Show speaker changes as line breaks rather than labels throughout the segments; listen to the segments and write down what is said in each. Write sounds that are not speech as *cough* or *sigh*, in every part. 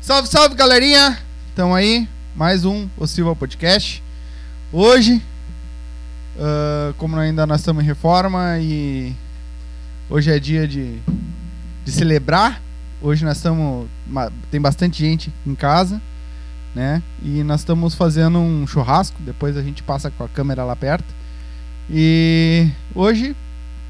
Salve, salve, galerinha! Então aí, mais um O Silva Podcast. Hoje, ah, como ainda nós estamos em reforma e hoje é dia de, de celebrar, hoje nós estamos... ma- tem bastante gente em casa, né? E nós estamos fazendo um churrasco, depois a gente passa com a câmera lá perto. E hoje,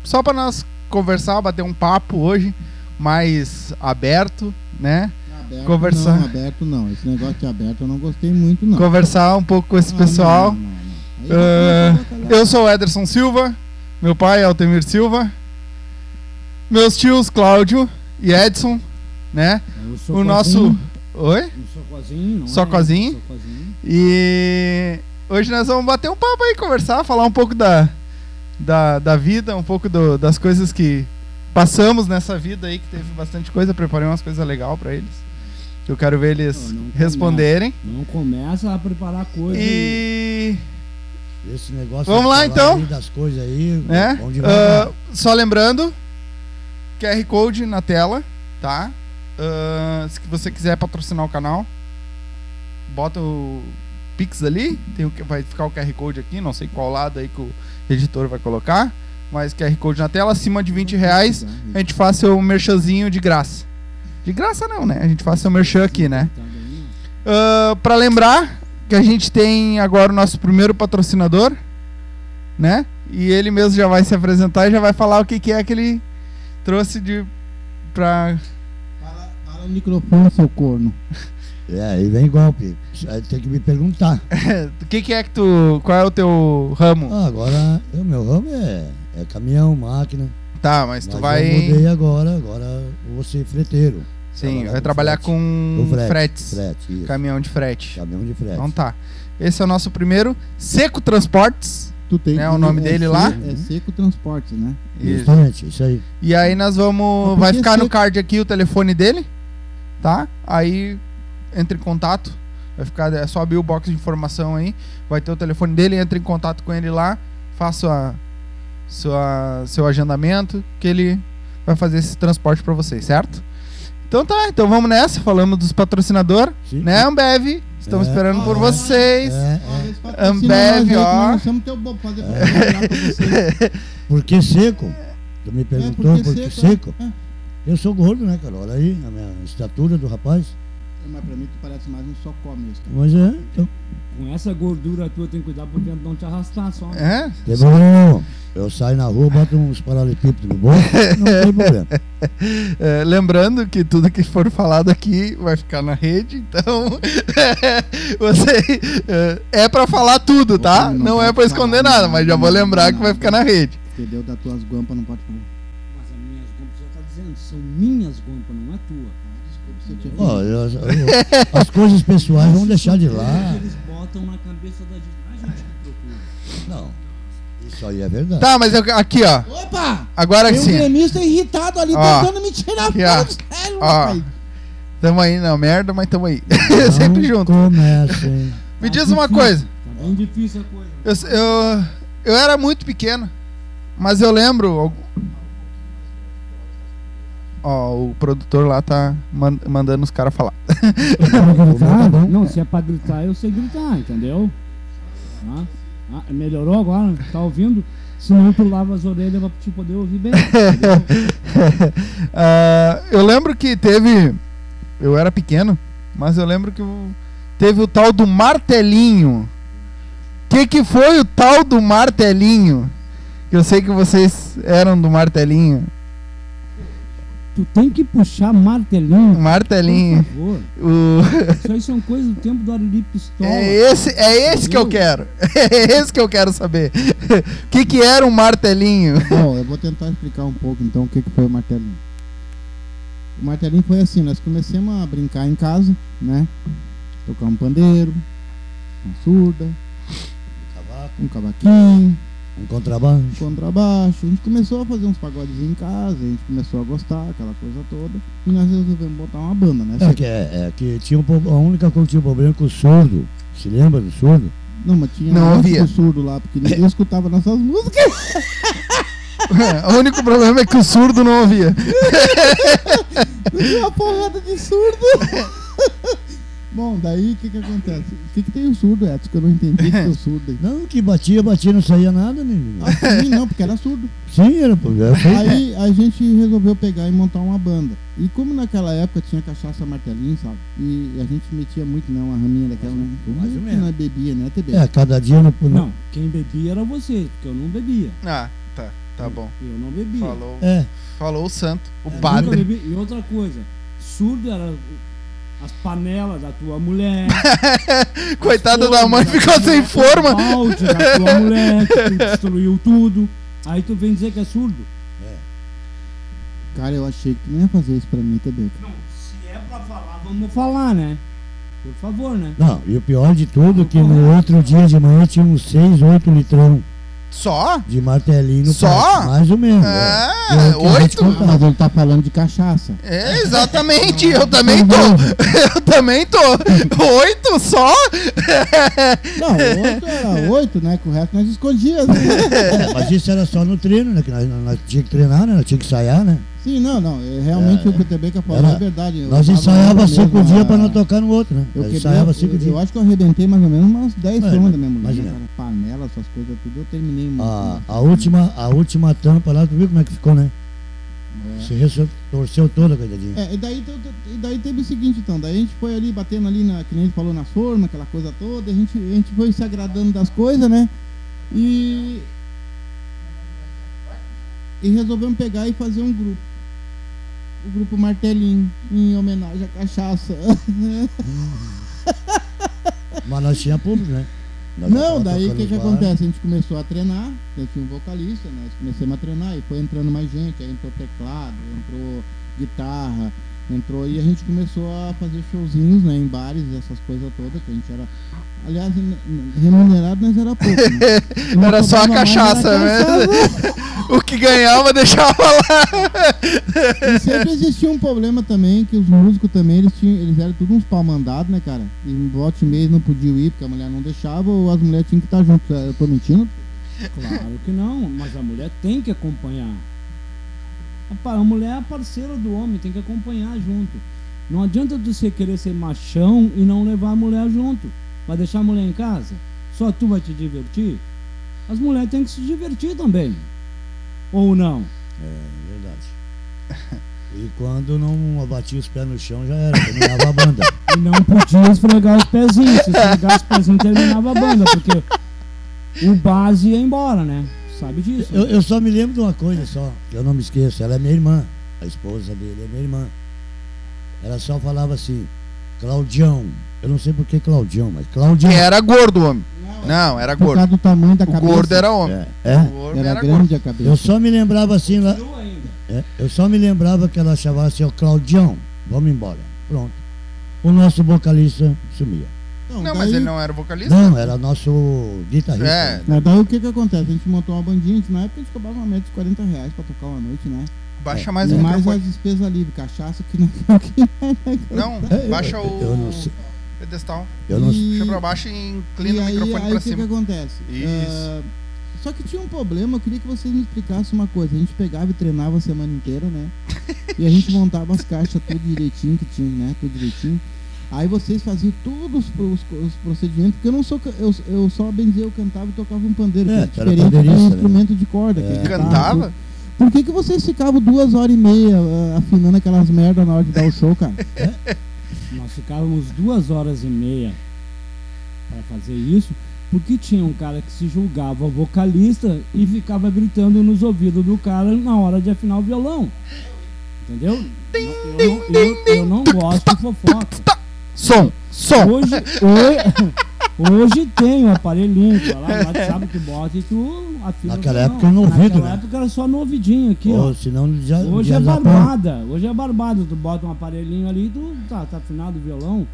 só para nós conversar, bater um papo hoje, mais aberto, né?
Aberto,
Conversar.
Não, aberto não. Esse negócio de aberto eu não gostei muito, não.
Conversar um pouco com esse
Ah,
pessoal.
não, não, não, não.
Ah,
Aí eu vou colocar lá.
Eu sou o Ederson Silva, meu pai é Altemir Silva, meus tios Cláudio e Edson, né?
É o
O
socozinho,
nosso. Oi?
o socozinho, não é?
Socozinho.
Socozinho.
E hoje nós vamos bater um papo aí, conversar, falar um pouco da, da, da vida, um pouco do- das coisas que passamos nessa vida aí, que teve bastante coisa. Preparei umas coisas legais pra eles. que Eu quero ver eles
Eu não comi
responderem.
Não começa a preparar coisa.
E.
Esse negócio
Vamos
de
lá,
falar
então.
aí Das coisas aí,
né?
bom demais,
Ah,
né?
só lembrando, QR Code na tela, tá? Ah, se você quiser patrocinar o canal, bota o Pix ali, tem o, que- vai ficar o QR Code aqui, não sei qual lado aí que o editor vai colocar, mas QR Code na tela, acima de 20 reais, a gente faz seu merchanzinho de graça. De graça não, né? A gente faz seu merchan aqui, né? Ah, Pra lembrar que a gente tem agora o nosso primeiro patrocinador, né? E ele mesmo já vai se apresentar e já vai falar o que, que é que ele trouxe de pra *laughs*
Para, para o microfone, seu corno.
É, aí vem golpe. Aí tem que me perguntar.
o que que é que tu qual é o teu ramo?
Ah, agora, o meu ramo é, é caminhão, máquina.
Tá, mas tu
Mas
vai
Eu mudei agora, agora eu vou ser freteiro.
sim,
trabalhar
vai trabalhar
com frete.
com
Com frete,
fretes,
Frete, isso.
caminhão de frete.
Caminhão de frete.
Então tá. Esse é o nosso primeiro Seco Transportes.
Tu tem
Né,
que-
o nome
é
dele
seco-
lá?
É Seco Transporte, né?
E-
Justamente, isso aí.
E aí nós
Mas
vamos.
por
Vai
que
ficar no
seco?
card aqui o telefone dele, tá? Aí entra em contato. Vai ficar, é só abrir o box de informação aí. Vai ter o telefone dele, entra em contato com ele lá, faça a- sua, seu agendamento, que ele vai fazer esse transporte pra vocês, certo? Então tá, então vamos nessa. Falamos dos patrocinadores,
Sim.
né, Ambev? Estamos
É.
esperando por
Ah,
vocês.
É, é.
Ambev, ó.
Chama teu bobo fazer
É.
propaganda lá pra você.
Porque seco? Tu me
É,
perguntou por que seco?
é.
Eu sou gordo, né, cara? Olha aí a minha estatura do rapaz.
É, Mas pra mim tu parece mais um socó mesmo, cara.
Mas é, então.
Com essa gordura tua, tem que cuidar pra dentro não te arrastar só. né?
É?
Tem problema não. Eu saio na rua, boto uns paralelepípedos no bolso, não
*laughs*
tem problema.
É, lembrando que tudo que for falado aqui vai ficar na rede, então *laughs* você é, é para falar tudo, tá?
Não
Não é
pode
para esconder
falar,
nada, mas já vou
não,
lembrar
não,
que vai
não.
ficar na rede.
Entendeu? Das tuas guampas não pode falar.
Mas as minhas gompas, já tá dizendo, são minhas gompas, não é tua.
Ah, Desculpa se eu te
Ó, eu- eu- as coisas pessoais vão deixar de lá.
Eles botam na cabeça da gente, não é a gente que procura.
Não, isso aí é verdade.
Tá, mas eu- aqui ó,
Opa!
agora
Tem um
sim,
gremista irritado ali
Ó.
tentando me tirar
Aqui, ó.
fora do sério,
Ó.
rapaz.
tamo aí na merda, mas tamo aí, *laughs*
Não
sempre junto.
Comecem.
Me diz uma coisa,
Tá bem difícil a coisa.
eu, eu, eu era muito pequeno, mas eu lembro. algu- Ó, o produtor lá tá man- mandando os caras falar. *laughs*
tá,
gritar?
né?
Não, se é pra gritar, eu sei gritar, entendeu? Tá? Ah, melhorou agora? Tá ouvindo? Se não, tu lava as orelhas pra te poder ouvir bem.
*laughs* Ah, eu lembro que teve. Eu era pequeno, mas eu lembro que o- teve o tal do martelinho. O que, que foi o tal do martelinho? Eu sei que vocês eram do martelinho.
Tu tem que puxar martelinho. Por
Martelinho.
favor.
O... *laughs*
Isso aí são coisas do tempo do Arili Pistola.
É esse, é esse que eu quero. *laughs* É esse que eu quero saber. *laughs* O que, que era um martelinho? *laughs*
Bom, eu vou tentar explicar um pouco então o que, que foi o martelinho. O martelinho foi assim, nós começamos a brincar em casa, né? Tocar um pandeiro, uma surda, um cavaquinho,
Um contrabando.
um contrabaixo. A gente começou a fazer uns pagodes em casa, a gente começou a gostar, aquela coisa toda. E nós resolvemos botar uma banda, né?
É que, é, é que tinha um, pro- a única coisa que tinha um problema com o surdo. Se lembra do surdo?
Não, mas tinha
Não
um
ouvia.
músico surdo lá, porque
*laughs*
ninguém escutava nossas músicas. *laughs*
O único problema é que o surdo não ouvia.
Tinha uma porrada de surdo. Bom, daí o que que acontece? O que que tem o surdo, Edson? Que eu não entendi que tem o surdo aí.
Não, que batia, batia, não saía nada, né, menino.
Ah, sim, não, porque
*laughs*
era surdo.
Sim, era, pô. Era feio.
Aí a gente resolveu pegar e montar uma banda. E como naquela época tinha cachaça martelinho, sabe? E a gente metia muito, não, a raminha daquela, né?
mais ou
Muito
menos.
Nós bebia, né, TB?
É, cada dia não.
Não, quem bebia era você, porque eu não bebia.
Ah, tá. Tá bom.
Eu não bebia.
Falou,
É,
falou o santo, o
Eu nunca
padre.
bebi. E outra coisa, surdo era as panelas da
*laughs*
tua mulher.
Coitada da mãe, *laughs* ficou sem forma.
O balde da tua
*laughs*
mulher, que tu destruiu tudo. Aí tu vem dizer que é surdo.
Cara, eu achei que tu não ia fazer isso pra mim, TB.
Não, se é pra falar, vamos falar, né? Por favor, né?
não, e o pior de tudo é que no outro dia de manhã tinha uns 6, 8 litrão
Só?
de martelinho. no
Só?
pátio, Mais ou menos. é.
Ah,
Eu vou te
oito?
Ah, mas ele tá falando de cachaça.
É, exatamente, eu também tô. *laughs* Eu também tô. Oito só?
Não, oito era oito, né? Que o resto nós escondia. Né?
É, mas isso era só no treino, né? Que nós, nós tinha que treinar, né? Nós tinha que ensaiar, né?
Sim, não, não. é Realmente
É.
o que o TB quer falar
Era-
é verdade. Eu
Nós
tava
ensaiava
mesmo,
cinco dias
ah,
pra não tocar no outro, né?
Eu,
Nós
quebrei-
ensaiava cinco
eu, eu
dias.
acho que eu arrebentei mais ou menos umas 10
É,
formas da minha mulher.
imagina.
né, cara? Panela, essas coisas, tudo eu terminei. muito,
A,
né?
a última, a última tampa lá, tu viu como é que ficou, né? Se resso- torceu toda,
*laughs*
coitadinha.
É, e daí, te- te- e daí teve o seguinte, então, daí a gente foi ali batendo ali, na, que nem a gente falou, nas formas, aquela coisa toda, a gente, a gente foi se agradando das coisas, né? E. E resolvemos pegar e fazer um grupo. O grupo Martelinho, em homenagem à cachaça. *laughs*
Mas nós tinha público, né?
Tá
Nós já
Não,
tava
daí o
tocando
que,
nos
que
bares.
acontece? A gente começou a treinar, eu tinha um vocalista, nós começamos a treinar e foi entrando mais gente, aí entrou teclado, entrou guitarra, entrou e a gente começou a fazer showzinhos né, em bares, essas coisas todas, que a gente era. Aliás, n- n- remunerado nós era pouco.
*laughs*
né? Não
Era só a
cobrava mais, era
cachaça, *laughs*
cachaça.
né? O que ganhava deixava lá.
E sempre existia um problema também, que os músicos também, eles, tinham, eles eram todos uns pau mandado, né, cara? E um voto e meio não podiam ir, porque a mulher não deixava, ou as mulheres tinham que estar é, juntas. Eu tô mentindo?
*laughs* Claro que não, mas a mulher tem que acompanhar. A pa- A mulher é parceira do homem, tem que acompanhar junto. Não adianta você querer ser machão e não levar a mulher junto. Vai deixar a mulher em casa? Só tu vai te divertir? As mulheres têm que se divertir também. Ou não?
É verdade. E quando não abatia os pés no chão, já era, terminava a banda.
*laughs*
E não podia esfregar os pezinhos. Se esfregar os pezinhos, terminava a banda, porque o base ia embora, né? Sabe disso.
Eu, eu só me lembro de uma coisa só, que eu não me esqueço. Ela é minha irmã, a esposa dele é minha irmã. Ela só falava assim, Claudião. Eu não sei por que Claudião, mas Claudião.
É.
Era gordo, homem. Não, era
Por
gordo.
causa do tamanho da
O
cabeça.
gordo era homem.
É,
O
é.
gordo
Era
era gordo.
grande a cabeça.
Eu só me lembrava assim, lá,
Eu ainda.
é, eu só me lembrava que ela chamava assim, ó, Claudião, vamos embora. Pronto. O nosso vocalista sumia.
Não, mas
daí-
ele não era vocalista.
Não, é. era nosso guitarrista.
É.
né?
Mas daí o que que acontece? A gente montou uma bandinha, a gente- na época a gente cobrava uma média de 40 reais pra tocar uma noite, né?
Baixa mais
e
o
mais as
microfone.
despesas livres, cachaça que não *laughs* que-
Não,
É, eu-
baixa
Eu não
o
sei.
pedestal.
Eu não
E-
Puxa pra baixo e inclina
e
o
aí,
microfone
aí
pra
o que que
cima.
acontece?
Isso.
Ah, só que tinha um problema, eu queria que vocês me explicassem uma coisa. A gente pegava e treinava a semana inteira, né? E a gente montava as caixas tudo direitinho que tinha, né? Tudo direitinho. Aí vocês faziam todos os, pro- os co- os procedimentos, porque eu não sou. ca- Eu, eu só bem dizer, eu cantava e tocava um pandeiro,
É,
que é
tu era
diferente de
pandeirista,
um
né?
instrumento de corda. que
É.
é guitarra,
Cantava?
Por que, que vocês ficavam duas horas e meia ah, afinando aquelas merdas na hora de dar o show, cara?
Nós ficávamos duas horas e meia para fazer isso, porque tinha um cara que se julgava vocalista e ficava gritando nos ouvidos do cara na hora de afinar o violão. Entendeu? Eu, eu, não- eu- eu não gosto de fofoca.
Som, som.
Hoje, hoje, hoje tem um aparelhinho, tu vai lá no WhatsApp que bota e tu afina o
Naquela
violão.
época era no ouvido,
Naquela
né?
época era só no ouvidinho aqui, ó.
Ou senão já,
Hoje
já
é
já-
barbada, hoje é barbada. Tu bota um aparelhinho ali e tu tá, tá afinado o violão.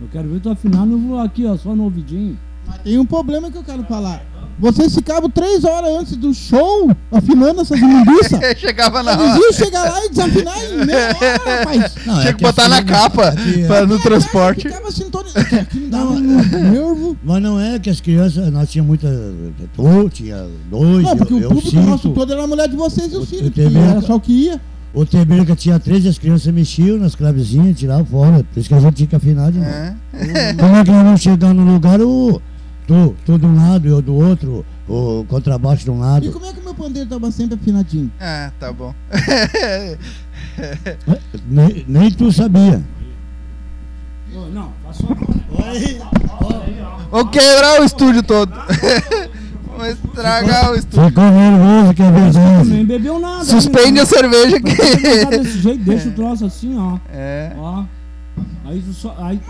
Eu quero ver tu afinar no, aqui, ó, só no ouvidinho.
Mas tem um problema que eu quero falar. Vocês ficavam três horas antes do show afinando
*laughs*
essas linguiças.
*laughs* Chegava na
O
hora.
vizinho chega lá e desafinar em meia hora, rapaz.
*laughs*
Não, é
Tinha Ah, que botar na
assim,
capa
é
*laughs*
que-
pra- no transporte.
Ficava sintonizado. Aquilo me dava um nervo.
Mas não é que as crianças, nós tinha muita. Eu tinha dois,
Não, porque
eu,
o
eu
público
cinco.
nosso todo era a mulher de vocês e
O-
o
o
Ciro, que
TV
era só o que ia.
O Teberca tinha 13, as crianças mexiam nas clavezinhas, tiravam fora. Por isso que a gente tinha que afinar de novo.
É. *laughs*
Como é que nós vamos chegar no lugar, o, tu, tu de um lado, eu do outro, o contrabaixo de um
E
lado.
como é que o meu pandeiro tava sempre afinadinho?
Ah, tá bom. *laughs*
Nem, nem tu sabia.
Ô, Não, faço uma
Vou quebrar o estúdio todo. *laughs* Vou estragar o estúdio.
Ficou nervoso que é
Nem
verdade.
bebeu nada.
Suspende a
amigo.
cerveja
Pra você brincar
aqui.
desse jeito, deixa o troço assim, ó.
*laughs* É.
Ó. Aí tu só. Aí,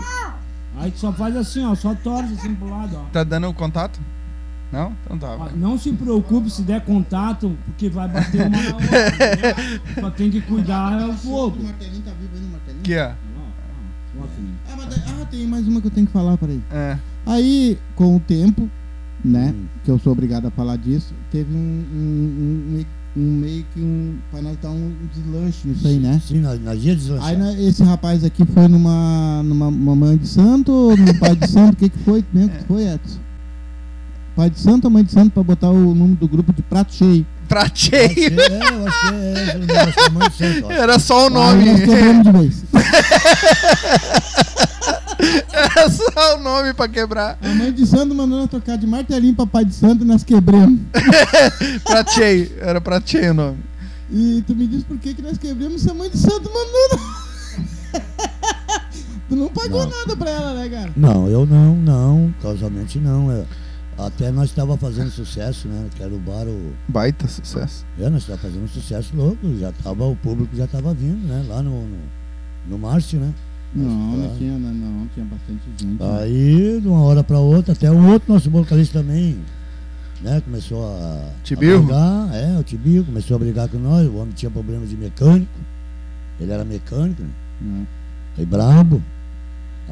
aí tu só faz assim, ó. Só torce assim pro lado, ó.
Tá dando o contato? Não? Então tá.
Ó,
vai.
Não se preocupe se der contato, porque vai bater uma na outra. né?
*laughs*
Só tem que cuidar é o fogo.
Tá O martelinho tá vivo ainda, o martelinho?
Aqui, ó.
Ah, mas daí- ah, tem mais uma que eu tenho que falar, peraí.
É.
Aí, com o tempo, né, que eu sou obrigado a falar disso, teve um, um, um, meio- um meio que um. pra nós dar um deslanche nisso aí, né?
É, Sim, na, na dia de
Aí
deslanchar.
na- esse rapaz aqui foi numa, numa mamãe de santo ou num pai de santo? O que, que foi? Mesmo que foi, Edson? Pai de santo ou mãe de santo pra botar o número do grupo de prato cheio?
Acho que
Prateio.
É, eu acho que é, é, eu não acho que é mãe de santo, ó.
Era só o
Aí
nome.
nós quebramos de vez.
*laughs* Era só o nome pra quebrar.
A mãe de santo mandou nós tocar de martelinho pra pai de santo e nós quebramos.
Prateio. Era prateio o nome.
E tu me diz por que, que nós quebramos essa mãe de santo mandou. *laughs* tu não pagou
Não.
nada pra ela, né, cara?
Não, eu não, não, casualmente não. é. até nós estava fazendo sucesso, né? Que era o bar, o...
Baita sucesso.
É, nós estava fazendo um sucesso louco, já tava, o público já estava vindo, né? Lá no, no, no Márcio, né?
Não,
Ah.
não tinha, não, não, tinha bastante gente.
Aí, de uma hora para outra, até o outro nosso vocalista também, né? Começou a,
Tibio?
a brigar, é, o Tibio começou a brigar com nós, o homem tinha problema de mecânico, ele era mecânico, né?
Hum.
Né?
Aí brabo.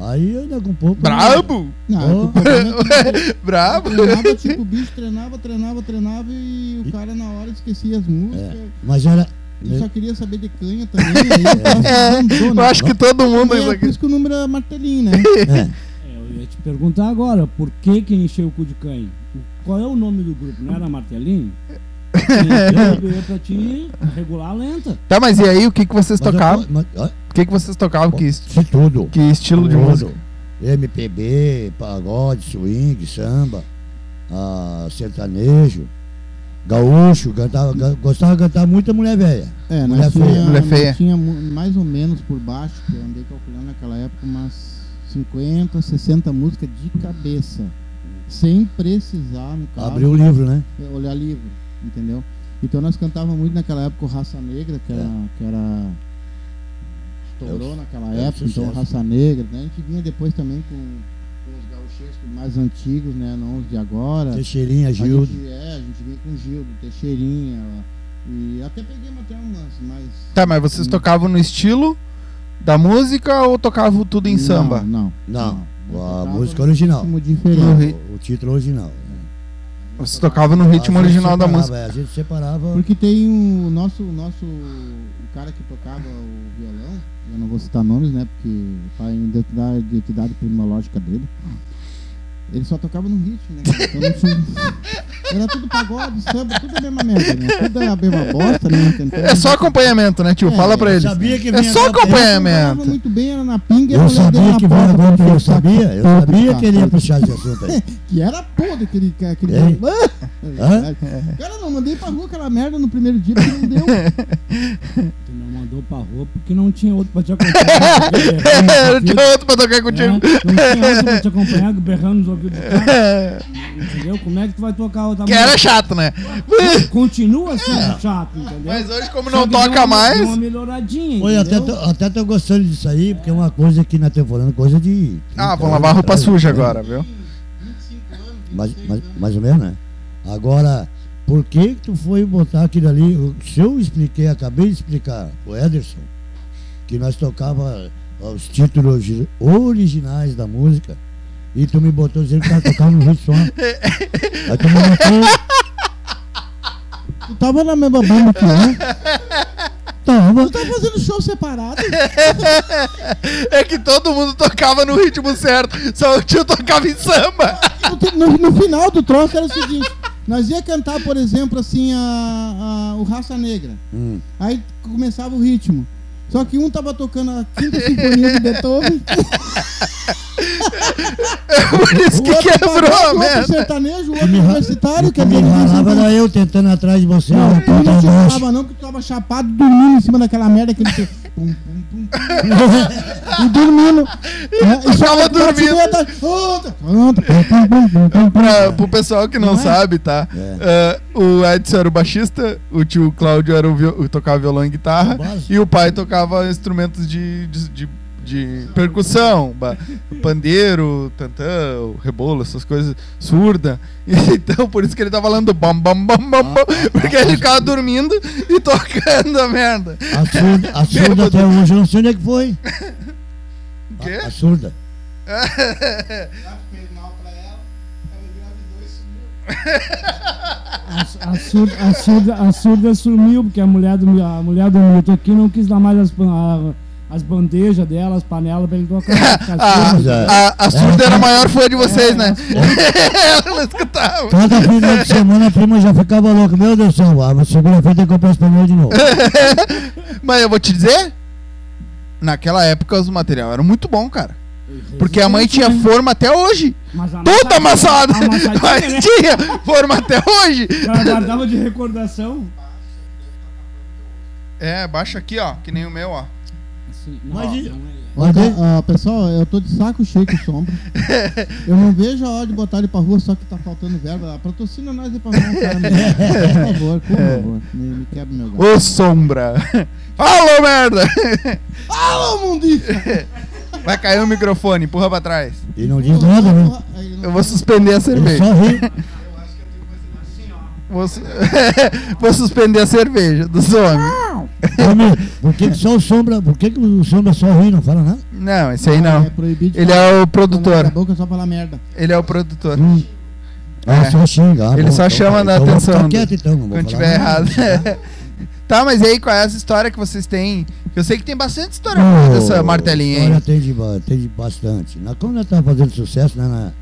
Aí ainda com um pouco.
Brabo? *laughs*
Não,
Ô.
o problema é que
Brabo?
treinava tipo o bicho, treinava, treinava, treinava e É. o cara na hora esquecia as músicas.
Mas era.
Ele só queria saber de canha também. *laughs* Aí o
Eu acho que todo mundo isso
é, por
aqui.
isso que o número é martelinho, né?
*laughs*
É,
É, eu ia te perguntar agora, por que que encheu o cu de cãe? O- Qual é o nome do grupo? Não era Martelinho? Sim, Eu ia pra te regular a lenta.
Tá, mas e aí, o que, que vocês
mas eu-
tocavam?
mas- ó,
O que, que vocês tocavam? Que, est-
de tudo.
que estilo de
Tudo.
música?
MPB, pagode, swing, samba, ah, sertanejo, gaúcho, cantava, ga- gostava de cantar muita mulher velha.
É,
Mulher
nós
feia.
tinha,
Mulher
nós
feia.
tinha mu- mais ou menos por baixo, que eu andei calculando naquela época, umas 50, 60 músicas de cabeça. Sem precisar, no caso,
Abriu o livro, né?
é, olhar livro, entendeu? Então nós cantávamos muito naquela época o Raça Negra, que era. Que era estourou
É o-
naquela
é o
época, então
sucesso.
Raça Negra. Né? A gente vinha depois também com, com os gauchescos mais antigos, né? Não os de
É.
agora.
Tá
Teixeirinha,
A
Gildo.
gente- é, a gente vinha com Gildo, Teixeirinha. E até pegamos até umas mais.
Tá, mas vocês tocavam no estilo da música ou tocavam tudo em
Não,
samba?
Não.
Não, a
Tá
Tocava
música original.
ritmo
No
diferente.
ri-
O, o título original.
Vocês tocavam
Ah,
no ritmo
A gente
original da
separava,
música.
é, A gente separava.
Porque tem o nosso, o nosso o cara que tocava o violão, eu não vou citar nomes, né? Porque tá em identidade, identidade criminológica dele. Ele só tocava no ritmo, né? cara? Então não tinha-
*laughs*
Era tudo pagode, samba, tudo a mesma merda, né? Tudo a mesma bosta, né? Então,
É só acompanhamento, né, tio?
É,
Fala pra
Eu
eles.
sabia que
É
vinha
só
da terra.
Tocava
acompanhamento.
muito bem, era na pinga e a
Eu
mulher dele
sabia
na
que vinha
porta pra
da terra,
puxar
eu
o saco.
sabia. Eu sabia
Cara,
que ele ia puxar esse assunto
*laughs*
aí.
Que era podre aquele. ca- aquele
Hein?
Ah, Cara, não, mandei pra rua aquela merda no primeiro dia porque não deu.
Tu não mandou pra rua porque não tinha outro pra
*laughs*
te acompanhar.
É, não
Porque-
tinha outro pra tocar
É,
*laughs*
contigo.
não tinha outro pra te acompanhar, berrando nos ouvidos do cara, entendeu? Como é que tu vai tocar outra
Que era chato, né?
Continua sendo chato, entendeu?
Mas hoje, como
Só
não
que deu
toca
uma-
mais.
deu uma melhoradinha,
Oi,
entendeu?
até, tô, até tô gostando disso aí, porque é uma coisa que nós estamos falando, coisa de.
Ah, vão
anos
lavar roupa
atrás,
suja
né?
agora, viu?
Mais, mais, mais ou menos, né? Agora, por que que tu foi botar aquilo ali? Eu- Se eu expliquei, acabei de explicar o Ederson, que nós tocava os títulos origi- originais da música, e tu me botou dizendo que tava tocando no ritmo *laughs* só. Aí tu me botou.
Tu tava na mesma banda que eu.
Tava.
Tu tava fazendo show separado.
É que todo mundo tocava no ritmo certo, só o tio tocava em samba.
No, no final do troço era o seguinte: Nós ia cantar, por exemplo, assim, a, a- o Raça Negra.
Hum.
Aí começava o ritmo. Só que um tava tocando a quinta sinfonia
*laughs*
de Beethoven.
Por isso
o
que
outro tá
quebrou
pagode,
a
o outro
merda.
sertanejo, o outro universitário. é Quer
Me
dizer, não
ralava
tinha-
era eu tentando atrás de você.
assim, Não,
né? eu
tu não
tentando-
te falava não, que tu tava chapado dormindo em cima daquela merda que ele fez. Pum, pum, pum,
*laughs*
pum. e dormindo. Né?
Tava
E só
dormindo.
Outra, outra, outra, pum, pum, pum, pum, pum, pum.
Pra, pro pessoal que não,
Não é?
sabe, tá? Ah, o Edson era o baixista, o tio Cláudio era o viol- tocava violão e guitarra,
Base.
e o pai tocava instrumentos de, de, de- de percussão, ba- pandeiro, tantão, rebolo, essas coisas, surda. *laughs* Então, por isso que ele tava falando bom, bom, bom, bom,
Ah,
bom,
tá.
porque ele ficava dormindo e tocando a merda.
A surda, a surda até hoje, eu não sei onde é que foi.
O quê?
A, a surda.
A surda, a, surda, a surda sumiu, porque a mulher do, a mulher do Milton aqui não quis dar mais as, pan- a- as bandejas dela, as panelas pra ele
*laughs*
tocar.
Ah,
Cachorro.
a,
é.
a surda era a maior fã de vocês,
É,
né?
a
*laughs* Ela não escutava. *laughs*
Cada final de semana a prima já ficava louca. Meu Deus do céu, ah, a segunda-feira tem que comprar os pneus de novo.
Mas eu vou te dizer, naquela época os material eram muito bom, cara. Porque a mãe tinha forma até hoje.
Mas a
Toda
massa-
amassada.
a amassadinha, né?
*laughs* Mas tinha forma até hoje.
Ela guardava de recordação.
É, baixa aqui, ó. Que nem o meu, ó.
Assim,
Mas
ó,
e-
não é-
Olha,
Olha,
ah, pessoal, eu tô de saco cheio com
*laughs*
sombra. Eu não vejo a hora de botar ele pra rua, só que tá faltando verba. Patrocina nós aí pra arrumar um cara. melhor. Por favor, por favor. Me, me quebra meu gato.
É. Ô, sombra. *laughs* Alô, merda. *laughs*
Fala, mundiça!
Vai cair o microfone, empurra pra trás.
e não diz nada, né?
Aí ele
Eu
não-
vou suspender a
Ele
cerveja.
só ri.
Vou, su- *laughs* Vou suspender a cerveja dos homens.
Ô, meu, Por que, que só o sombra, por que, que o sombra só ri, não fala nada?
Não, esse aí
É
não.
proibido de
Ele
falar-
é o
Cala
produtor.
a boca só falar merda.
Ele é o produtor.
Hum. Ah,
É.
só xinga. Ah,
Ele
bom,
só
então
chama
tá,
na
então vou
atenção
ficar
do-
Quieto, então, não vou
Quando
falar
tiver
nada. né?
errado. *laughs* tá, mas e aí, qual é essa história que vocês têm? Eu sei que tem bastante história
*laughs* Ô,
dessa é martelinha aí.
Olha, tem de, ba- tem de bastante. Na, quando nós estávamos fazendo sucesso, né, na-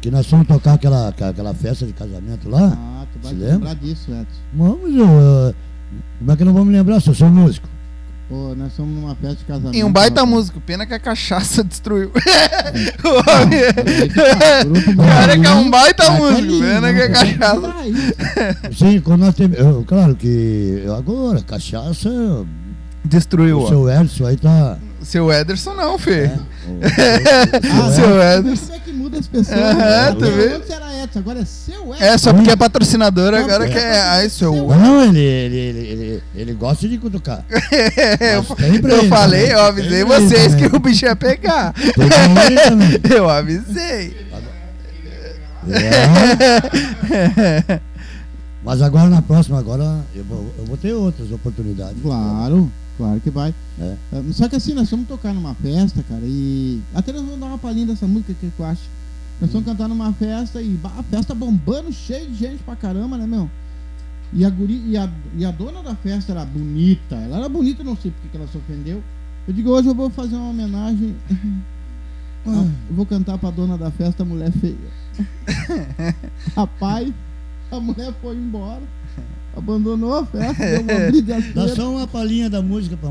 que nós fomos tocar aquela, aquela- aquela festa de casamento lá,
Ah, tu vai
se
te
lembra?
lembrar disso, Edson.
vamos, eu, como é que eu não vou me lembrar se eu sou músico?
Pô, nós somos numa festa de casamento.
Tem um baita
rapaz.
músico, pena que a cachaça *laughs* destruiu. *laughs* o homem-
aí que tá, grupo
o cara que é um
Martelinho,
baita músico,
Martelinho,
pena que a
né,
cachaça.
Ah, isso.
Sim, quando nós temos. eu- Claro que eu agora, cachaça,
Destruiu,
o
ó.
seu Edson aí tá.
Seu Ederson não, Fê. *laughs*
né, o- o- o
Ah,
seu
seu Ederson.
Como é que muda as pessoas?
Aham,
né?
tu vê?
Antes era Edson, agora é seu Edson.
É, só porque é patrocinador, agora
É.
que é. Ai, seu.
Não, ele, ele, ele, ele, ele gosta de cutucar.
*laughs* eu
Mas tem pra
eu
ele
falei,
também,
eu avisei
tem pra ele
vocês que
também.
o bicho ia pegar.
Tem pra ele também.
eu avisei.
É. Mas agora na próxima, agora eu vou, eu vou ter outras oportunidades.
Claro, claro que vai.
É.
Ah, Só que assim, nós vamos tocar numa festa, cara, e. Até nós vamos dar uma palhinha dessa música, o que eu acho. Nós vamos cantar numa festa e bah, a festa bombando, cheia de gente pra caramba, né, meu? E a, guri, e, a, e a dona da festa era bonita. Ela era bonita, eu não sei porque que ela se ofendeu. Eu digo, hoje eu vou fazer uma homenagem. Ah, eu vou cantar pra dona da festa, mulher feia. Rapaz, a mulher foi embora. Abandonou a festa, deu uma
Dá
brigadeira.
só uma palhinha da música para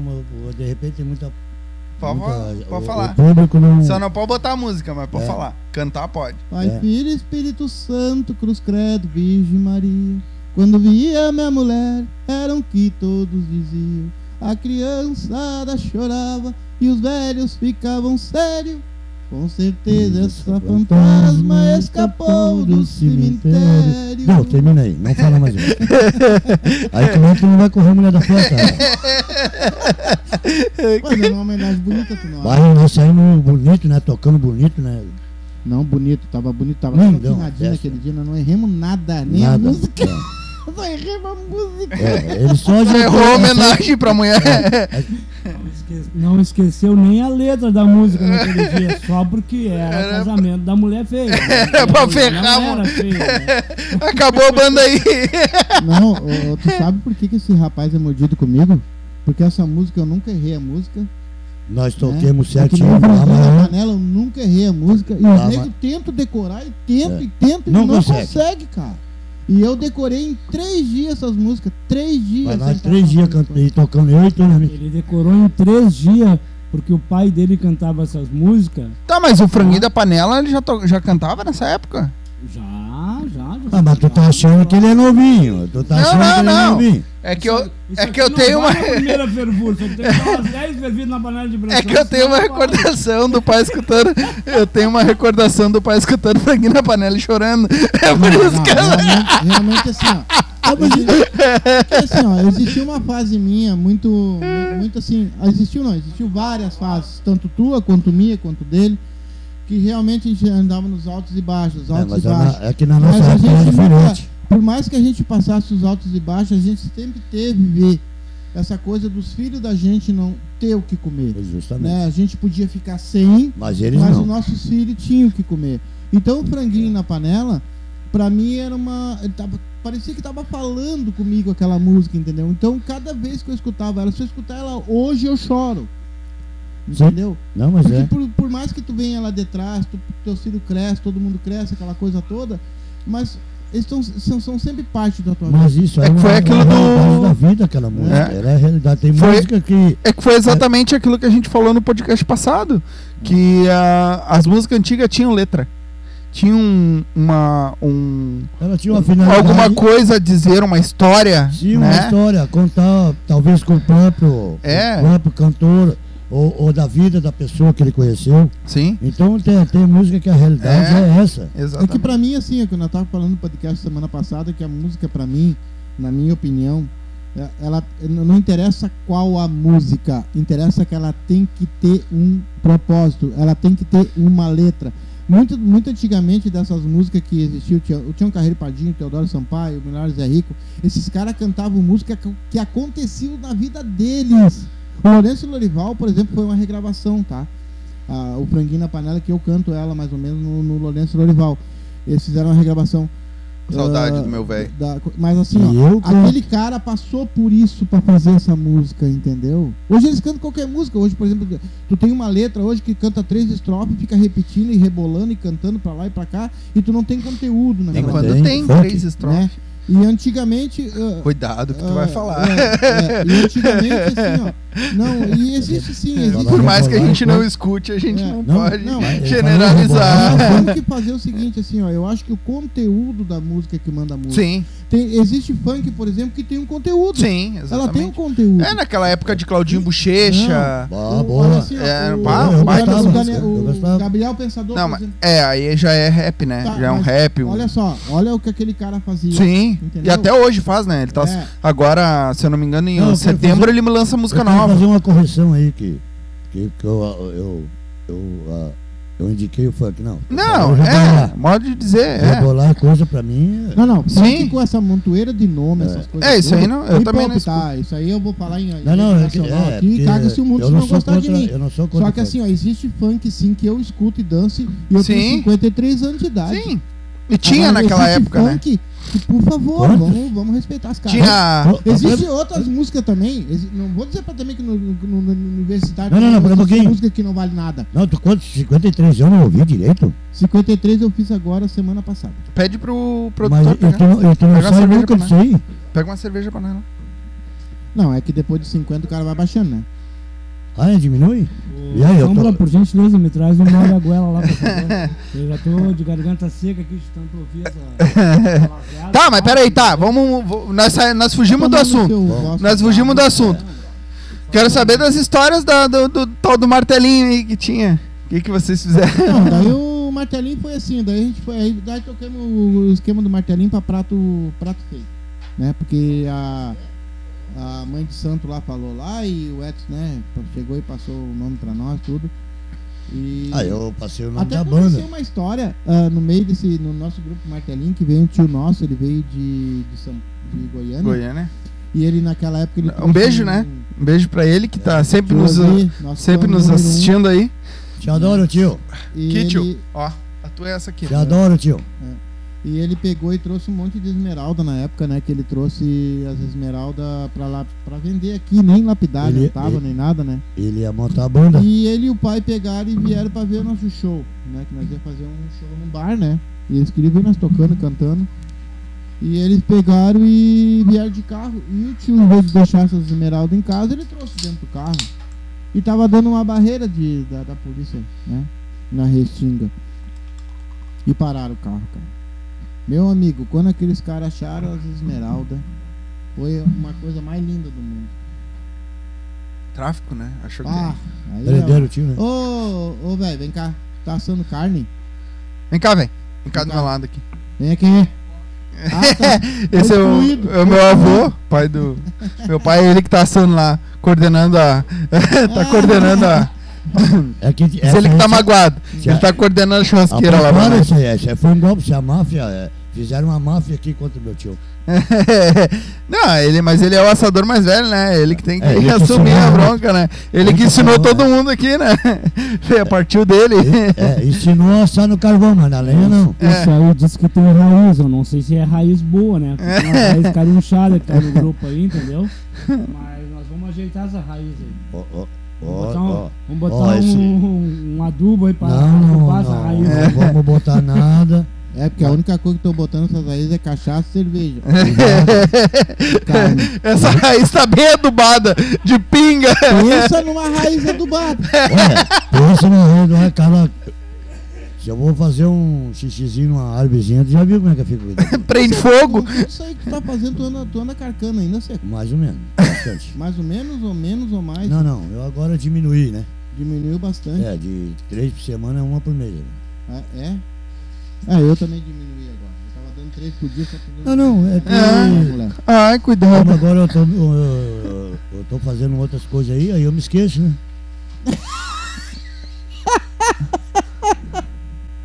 de repente tem muita.
*laughs* Pode,
muita- o-
pode falar.
O público não.
Só não pode botar a música, mas pode
É.
falar. Cantar pode.
Pai,
É.
Filho, Espírito Santo, Cruz Credo, Virgem Maria. Quando via minha mulher, eram que todos diziam. A criançada chorava e os velhos ficavam sérios. Com certeza essa fantasma escapou do cemitério.
Não, termina aí, não fala
*laughs*
mais nada. aí como é que não vai correr a mulher da festa? né?
Mas era uma homenagem bonita, tu não acha?
Vai, nós saímos bonito, né? Tocando bonito, né?
Não, bonito, tava bonito, tava
Lindão,
tão afinadinho
festa.
naquele dia, nós não erramos nada, nem a
Nada.
música. *laughs* Só erramos a música.
É, é, ele só
Só *laughs*
ajeitou
Errou a
*laughs* essa-
homenagem pra mulher.
Não esque- Não esqueceu nem a letra da
*laughs*
música naquele dia, só porque era,
Era-
casamento da mulher feia.
*laughs* Era pra ferrar,
Não
mano.
era feia. né?
*laughs* Acabou a banda aí.
Não, ô, ô, tu sabe por que, que esse rapaz é mordido comigo? Porque essa música eu nunca errei a música.
Nós
né?
É.
toquemos
Eu que nem
certinho.
o Brandão da
né?
Amanhã
panela, eu nunca errei a música. E
Ah,
os negros
mas- É.
tentam decorar e tentam e tentam e
Não
não consegue.
consegue.
cara. E eu decorei em três dias essas músicas. Três dias.
Vai lá,
sem parar.
três dias cantando e tocando eu e tu, né?
Ele decorou em três dias, porque o pai dele cantava essas músicas.
Tá, mas o franguinho da panela ele já, to- já cantava nessa época?
Já, já, já.
Ah, mas tu tá achando que ele é novinho. Tu tá
Não,
achando
não,
que ele é
não.
novinho.
É que eu,
Isso
é
aqui
que eu
não
tenho uma.
vale a primeira fervura, só tem que dar umas 10 fervidas na panela de
*laughs*
pressão.
É que eu tenho uma
senão não vale.
recordação do pai escutando. Eu tenho uma recordação do pai escutando franguinho na panela e chorando. É por isso
Não,
que eu.
realmente, realmente assim, ó. Assim, ó, existiu uma fase minha muito, muito assim, existiu não, existiu várias fases, tanto tua quanto minha quanto dele, que realmente a gente andava nos altos e baixos,
É,
altos
mas
e baixos.
é, na- é que na
Mas
nossa
a
época era
gente nunca,
diferente.
por mais que a gente passasse os altos e baixos, a gente sempre teve essa coisa dos filhos da gente não ter o que comer.
É, Justamente.
Né? A gente podia ficar sem,
Mas eles
mas
não.
os nossos filhos tinham que comer. Então o franguinho na panela, pra mim era uma. ele tava- parecia que tava falando comigo aquela música, entendeu? Então cada vez que eu escutava ela, se eu escutar ela hoje eu choro.
Sim.
Entendeu?
Não, mas
Porque
é.
por, por mais que tu venha lá de trás, tu, teu filho cresce, todo mundo cresce, aquela coisa toda, mas eles tão, são, são sempre parte da tua vida.
Mas isso
É
aí
que foi
é
aquilo
uma realidade
do-
da vida, aquela música.
É.
Era a realidade. Tem
Foi-
música que.
É que foi exatamente aquilo que a gente falou no podcast passado. Que ah, as músicas antigas tinham letra. Tinha um- uma. Um,
Ela tinha uma finalidade.
Uhum.
alguma coisa a dizer, uma história.
Sim, uma
né?
história, contar talvez com o próprio,
É.
o próprio cantor ou, ou da vida da pessoa que ele conheceu.
Sim,
Então tem, tem música que a realidade
É.
é, essa.
É que
exatamente.
pra mim, assim, é que eu tava falando no podcast semana passada, que a música pra mim, na minha opinião, é- ela n- não interessa qual a música, interessa que ela tem que ter um propósito, ela tem que ter uma letra. Muito, muito antigamente dessas músicas que existiu, tinha, tinha um Carreiro Padinho, Teodoro Sampaio, Milionário Zé Rico, esses caras cantavam música que- que aconteciam na vida deles. O Lourenço Lorival, por exemplo, foi uma regravação, tá? Ah, o Franguinho na Panela, que eu canto ela mais ou menos no, no Lourenço Lorival. Eles fizeram uma regravação.
Saudade
ah,
do meu velho.
da- Mas assim, ó,
E eu canto.
aquele cara passou por isso pra fazer essa música, entendeu? Hoje eles cantam qualquer música. Hoje, por exemplo, tu tem uma letra hoje que canta três estrofes, fica repetindo e rebolando e cantando pra lá e pra cá, e tu não tem conteúdo, né?
Tem
Enquanto
Tem
tem
funk,
três estrofes.
né? E antigamente. ah,
Cuidado que tu vai
ah,
falar. *laughs*
é, é. E antigamente, assim, ó. Não, e existe
*laughs*
sim, existe.
Por
Vai
mais que a
falar,
gente
né?
não escute, a gente
É.
não,
Não,
pode
não,
é-
generalizar.
Nós
*laughs*
temos que fazer o seguinte, assim, ó. Eu acho que o conteúdo da música é que manda a música.
Sim,
Tem, existe funk, por exemplo, que tem um conteúdo.
sim,
Ela tem um
exatamente.
conteúdo.
É naquela época de Claudinho Bochecha.
Boa,
O-
Ah, boa.
mas assim, ó,
É,
o-
pá,
o,
baita
Daniel- o,
música,
Daniel-
eu
o
gostava.
Gabriel Pensador,
Não,
por
mas
exemplo.
é, aí já é rap, né?
Tá,
já é um
mas
rap. um-
Olha só, olha o que aquele cara fazia.
Sim, e
Entendeu?
até hoje faz, né? Ele tá
É.
agora, se eu não me engano, em
Não, eu quero
setembro
fazer-
ele me lança música
eu quero
nova.
fazer uma correção aí que, que, que eu, eu, eu, ah, eu indiquei o funk. Não,
Não, é,
rebolar.
modo de dizer, é.
Rebolar coisa pra mim. é-
Não, não,
Sim.
sim. com essa montoeira de nome, essas coisas.
É, isso aí
todas.
não- eu
Hip
também
hop,
não escuto.
tá, isso aí eu vou falar em
Não, não, é que-
internacional
é,
aqui,
porque
caga se o mundo
eu
se não
sou
gostar de
contra-
mim.
Eu não sou contra
Só que
o
assim, ó, existe funk sim que eu escuto e danço e eu
Sim.
tenho 53 anos de idade.
Sim. E tinha
Agora,
naquela
existe
época, né?
funk que, por favor,
Quantos?
vamos, vamos respeitar as caras.
Tinha.
Funk.
Existem outras músicas também. exi- Não vou dizer pra também que no, no, no- no universitário
Não, não, não,
tem
pera um pouquinho.
música que não vale nada.
Não, tu quantos? 53 anos eu ouvi direito?
53 eu fiz agora semana passada.
Pede pro
Mas
produtor né?
eu
pegar.
tu, eu tu não
Pegar
sai
cerveja
nunca
pra
disso aí.
Pega uma cerveja pra nós.
Não, é que depois de 50 o cara vai baixando, né?
Ah, é, diminui?
Ô,
E aí, eu tô-
Sombra, Então, por gentileza, me traz um mal da goela lá, por
*laughs*
favor. Eu já tô de garganta seca aqui, de tanto ouvir
*laughs*
essa...
Tá, mas peraí, tá. Vamos. vo- Nós, sa- nós fugimos do
Tomar no
assunto.
seu
Tá Bom.
vosso
Nós fugimos do
carro.
assunto. Quero saber das histórias da- do, do tal do martelinho aí que tinha. O que, que vocês fizeram?
Não, daí o martelinho foi assim, daí a gente foi. Aí, daí tocamos o esquema do martelinho pra prato, prato feio. Né? Porque a, a mãe de santo lá falou lá e o Edson, né, chegou e passou o nome pra nós, tudo. E
Ah, eu passei o nome
até
da
aconteceu
banda.
uma história ah, no meio desse. No nosso grupo martelinho, que veio um tio nosso, ele veio de, de, São, de Goiânia.
Goiânia.
E ele naquela época ele
Um
trouxe
beijo, né? Um beijo pra ele que tá sempre
tio
nos,
ali, nosso
sempre
fã
nos
número um,
assistindo aí.
Te adoro, tio.
e
Aqui, tio.
ele-
Ó, a tua é essa aqui.
Te adoro, tio.
E ele pegou e trouxe um monte de esmeralda na época, né? Que ele trouxe as esmeraldas pra lá para vender aqui, nem lapidar,
Ele- é-
não tava,
ele-
nem nada, né?
Ele ia montar a banda.
E ele e o pai pegaram e vieram pra ver o nosso show, né? Que nós ia fazer um show num bar, né? E eles queriam ver nós tocando, cantando. E eles pegaram e vieram de carro. E o tio, em vez de deixar essas esmeraldas em casa, ele trouxe dentro do carro. E tava dando uma barreira de, da, da polícia, né? Na restinga. E pararam o carro, cara. Meu amigo, quando aqueles caras acharam as esmeraldas, foi uma coisa mais linda do mundo.
Tráfico, né? Achou que.
Ah, aí
Prenderam o tio, né?
Ô, ô, velho, vem cá. Tá assando carne?
Vem cá, vem. Vem cá do
Tá.
meu lado aqui.
Vem aqui. Ah, tá.
*laughs*
Esse é
Concluído.
o, é o meu avô, pai do. Meu pai é ele que tá assando lá, coordenando a. *laughs* tá coordenando a.
Ah. É que,
Esse é ele que tá magoado.
se
Ele tá coordenando a churrasqueira lá. né?
Apontaram
mano.
isso aí, essa foi um golpe, se a máfia. é, fizeram uma máfia aqui contra o meu tio.
*laughs* Não, ele, mas ele é o assador mais velho, né? Ele que tem que
É, ele que
assumir
ensinou,
a
né?
bronca, né? Ele que
Ele
ensinou
ensinou,
todo mundo aqui, né? *laughs* É, Partiu dele.
É, ensinou a assar no carvão, mas na lenha não.
É.
Isso aí diz que tem raiz, eu não sei se é raiz boa, né? Porque
*laughs*
tem uma raiz carinchada que tá no grupo aí, entendeu? Mas nós vamos ajeitar essa raiz aí.
Ó, ó,
Vamos
ó,
botar um,
ó.
vamos botar
ó, esse-
um, um adubo aí pra
Não, não,
derrubar essa
não,
raiz.
não
aí.
vamos botar nada.
É porque a única coisa que tô botando essas raízes é cachaça
*laughs*
e cerveja. Carne.
*laughs* Essa *laughs* raiz tá bem adubada, de pinga. *laughs*
Pensa é numa raiz adubada.
Olha, pensa no rei do ar, cara. Se eu vou fazer um xixizinho numa árvorezinha, tu já viu como é que fica o vidro?
Prende fogo.
Isso aí que tu tá fazendo, tu anda, tu anda carcando ainda, certo?
Mais ou menos, bastante. *laughs*
Mais ou menos, ou menos, ou mais.
Não, não, eu agora diminuí, né?
Diminuiu bastante.
É, de três por semana, uma por mês.
Ah, É? Ah, eu também diminui agora. Eu tava dando três por dia, só que dando-
Não, não, é que
Ah, moleque.
Ai,
como
cuidado.
agora eu tô, eu, eu tô fazendo outras coisas aí, aí eu me esqueço, né?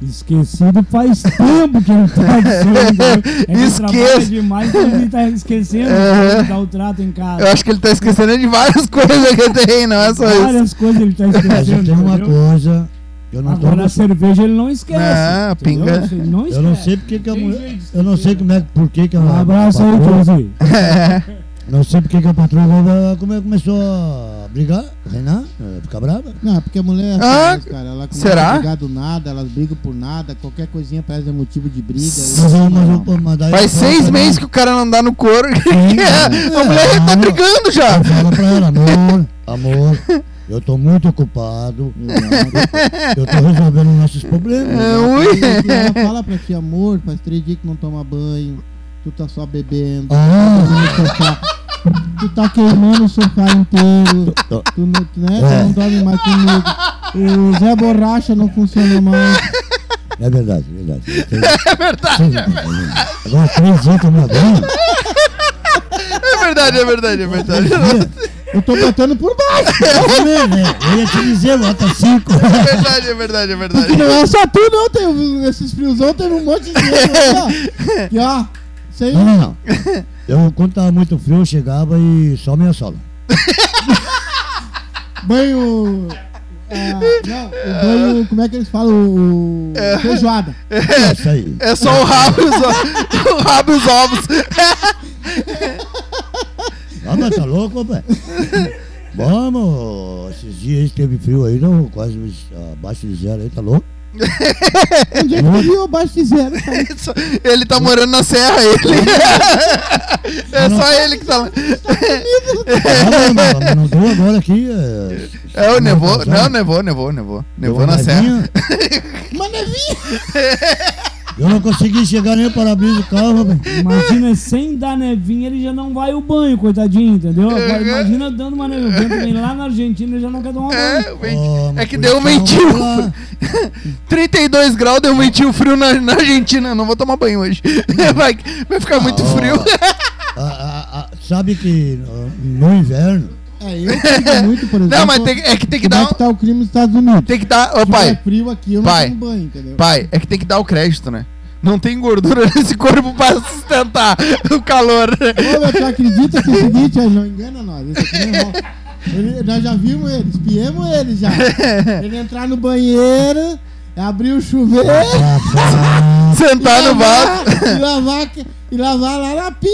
Esquecido faz tempo que ele
*laughs*
tá dizendo. É que
Esqueço.
trabalha demais que ele tá
*laughs*
esquecendo
É.
de dar o trato em casa.
Eu acho que ele tá esquecendo de várias *laughs* coisas que tem, não é só isso.
Várias coisas ele tá
Mas eu
esquecendo.
tenho uma
entendeu?
coisa, eu não tô.
Agora a cerveja ele não esquece.
Ah,
entendeu?
pinga.
Ele não esquece.
Eu não sei tá porque que a
Tem
mulher.
jeito de
Eu não sei
esquecer,
como é que. Por que que a.
né? Um abraço aí,
a patroa-
Josi.
Não sei porque que a patroa vai- como é que começou a brigar, reinar, eh, ficar brava.
Não, porque a mulher é assim,
Ah,
mesmo, cara. Ela começa
será?
a brigar do nada, elas brigam por nada, qualquer coisinha parece é motivo de briga.
Mas, eu- mas, eu- mas daí
Faz
eu falo
seis
pra
meses que
ela-
o cara não dá no couro.
*laughs*
a mulher já tá
não.
brigando já.
Eu falo pra ela, amor, amor, eu tô muito ocupado, eu tô resolvendo nossos problemas.
É, ui.
Ela fala pra ti, amor, faz três dias que não toma banho, tu tá só bebendo,
Ah,
no sofá. tu tá queimando o sofá inteiro,
eu-
tu não, tu, né, tu
É.
não dorme mais comigo, o Zé Borracha não funciona mais.
é verdade, é verdade. *laughs* É verdade. Agora três dias que eu me aguento.
É verdade, é verdade, é verdade.
Eu tô botando por baixo,
Eu ia te dizer, bota
*laughs*
cinco.
É verdade, é verdade, é
que
verdade.
não é só tu não, tem, esses friozão teve um monte de gente, ó, e ó, isso aí,
Não, não, não. Eu, quando tava muito frio, eu chegava e só meia sola.
banho... ah, não, o banho, como é que eles falam? O, o- feijoada.
É isso aí.
É só o rabo e os ovos. O rabo e os ovos.
Ah, mas tá louco, pai? Vamos, esses dias teve frio aí, não, quase abaixo de zero aí, tá louco?
Onde é que tu viu abaixo de zero?
É Isso- Ele tá morando na serra, ele. É só ele que tá lá.
Ah, mas, mas, mas não deu agora aqui. É,
É o nevou. Não, nevou, nevou, nevou.
Deu
Nevou
uma
na serra.
nevinha,
Uma nevinha.
Eu não consegui chegar nem para abrir o carro, rapaz.
Imagina, sem dar nevinha, ele já não vai ao banho, coitadinho, entendeu? Agora,
Uhum.
imagina dando uma nevinha. O vento vem lá na Argentina, ele já não quer tomar banho.
É, o venti-
Oh, mas
é que deu um
coitado,
ventinho.
vamos lá.
32 graus, deu um ventinho frio na, na Argentina. Não vou tomar banho hoje. *laughs* Vai, vai ficar muito
Ah,
frio. *laughs*
ah, ah, ah, sabe que ah, no inverno,
É, eu fico muito, por exemplo.
Não, mas tem- é que tem que
como
dar.
é que
um-
tá o clima nos Estados Unidos?
Tem que dar. Ô,
Se
pai.
tiver frio aqui, eu não
pai,
tomo banho, entendeu?
Pai, é que tem que dar o crédito, né? Não tem gordura *laughs* nesse corpo pra sustentar o calor. *laughs*
Ô, meu, tu acredita que é o seguinte, ó, não engana nós. Esse aqui não é bom. Ele- nós já vimos ele, espiemos
*laughs*
ele já. Ele entrar no banheiro, abrir o chuveiro,
Sentar Tá no vaso.
e lavar, e lavar lá na pia.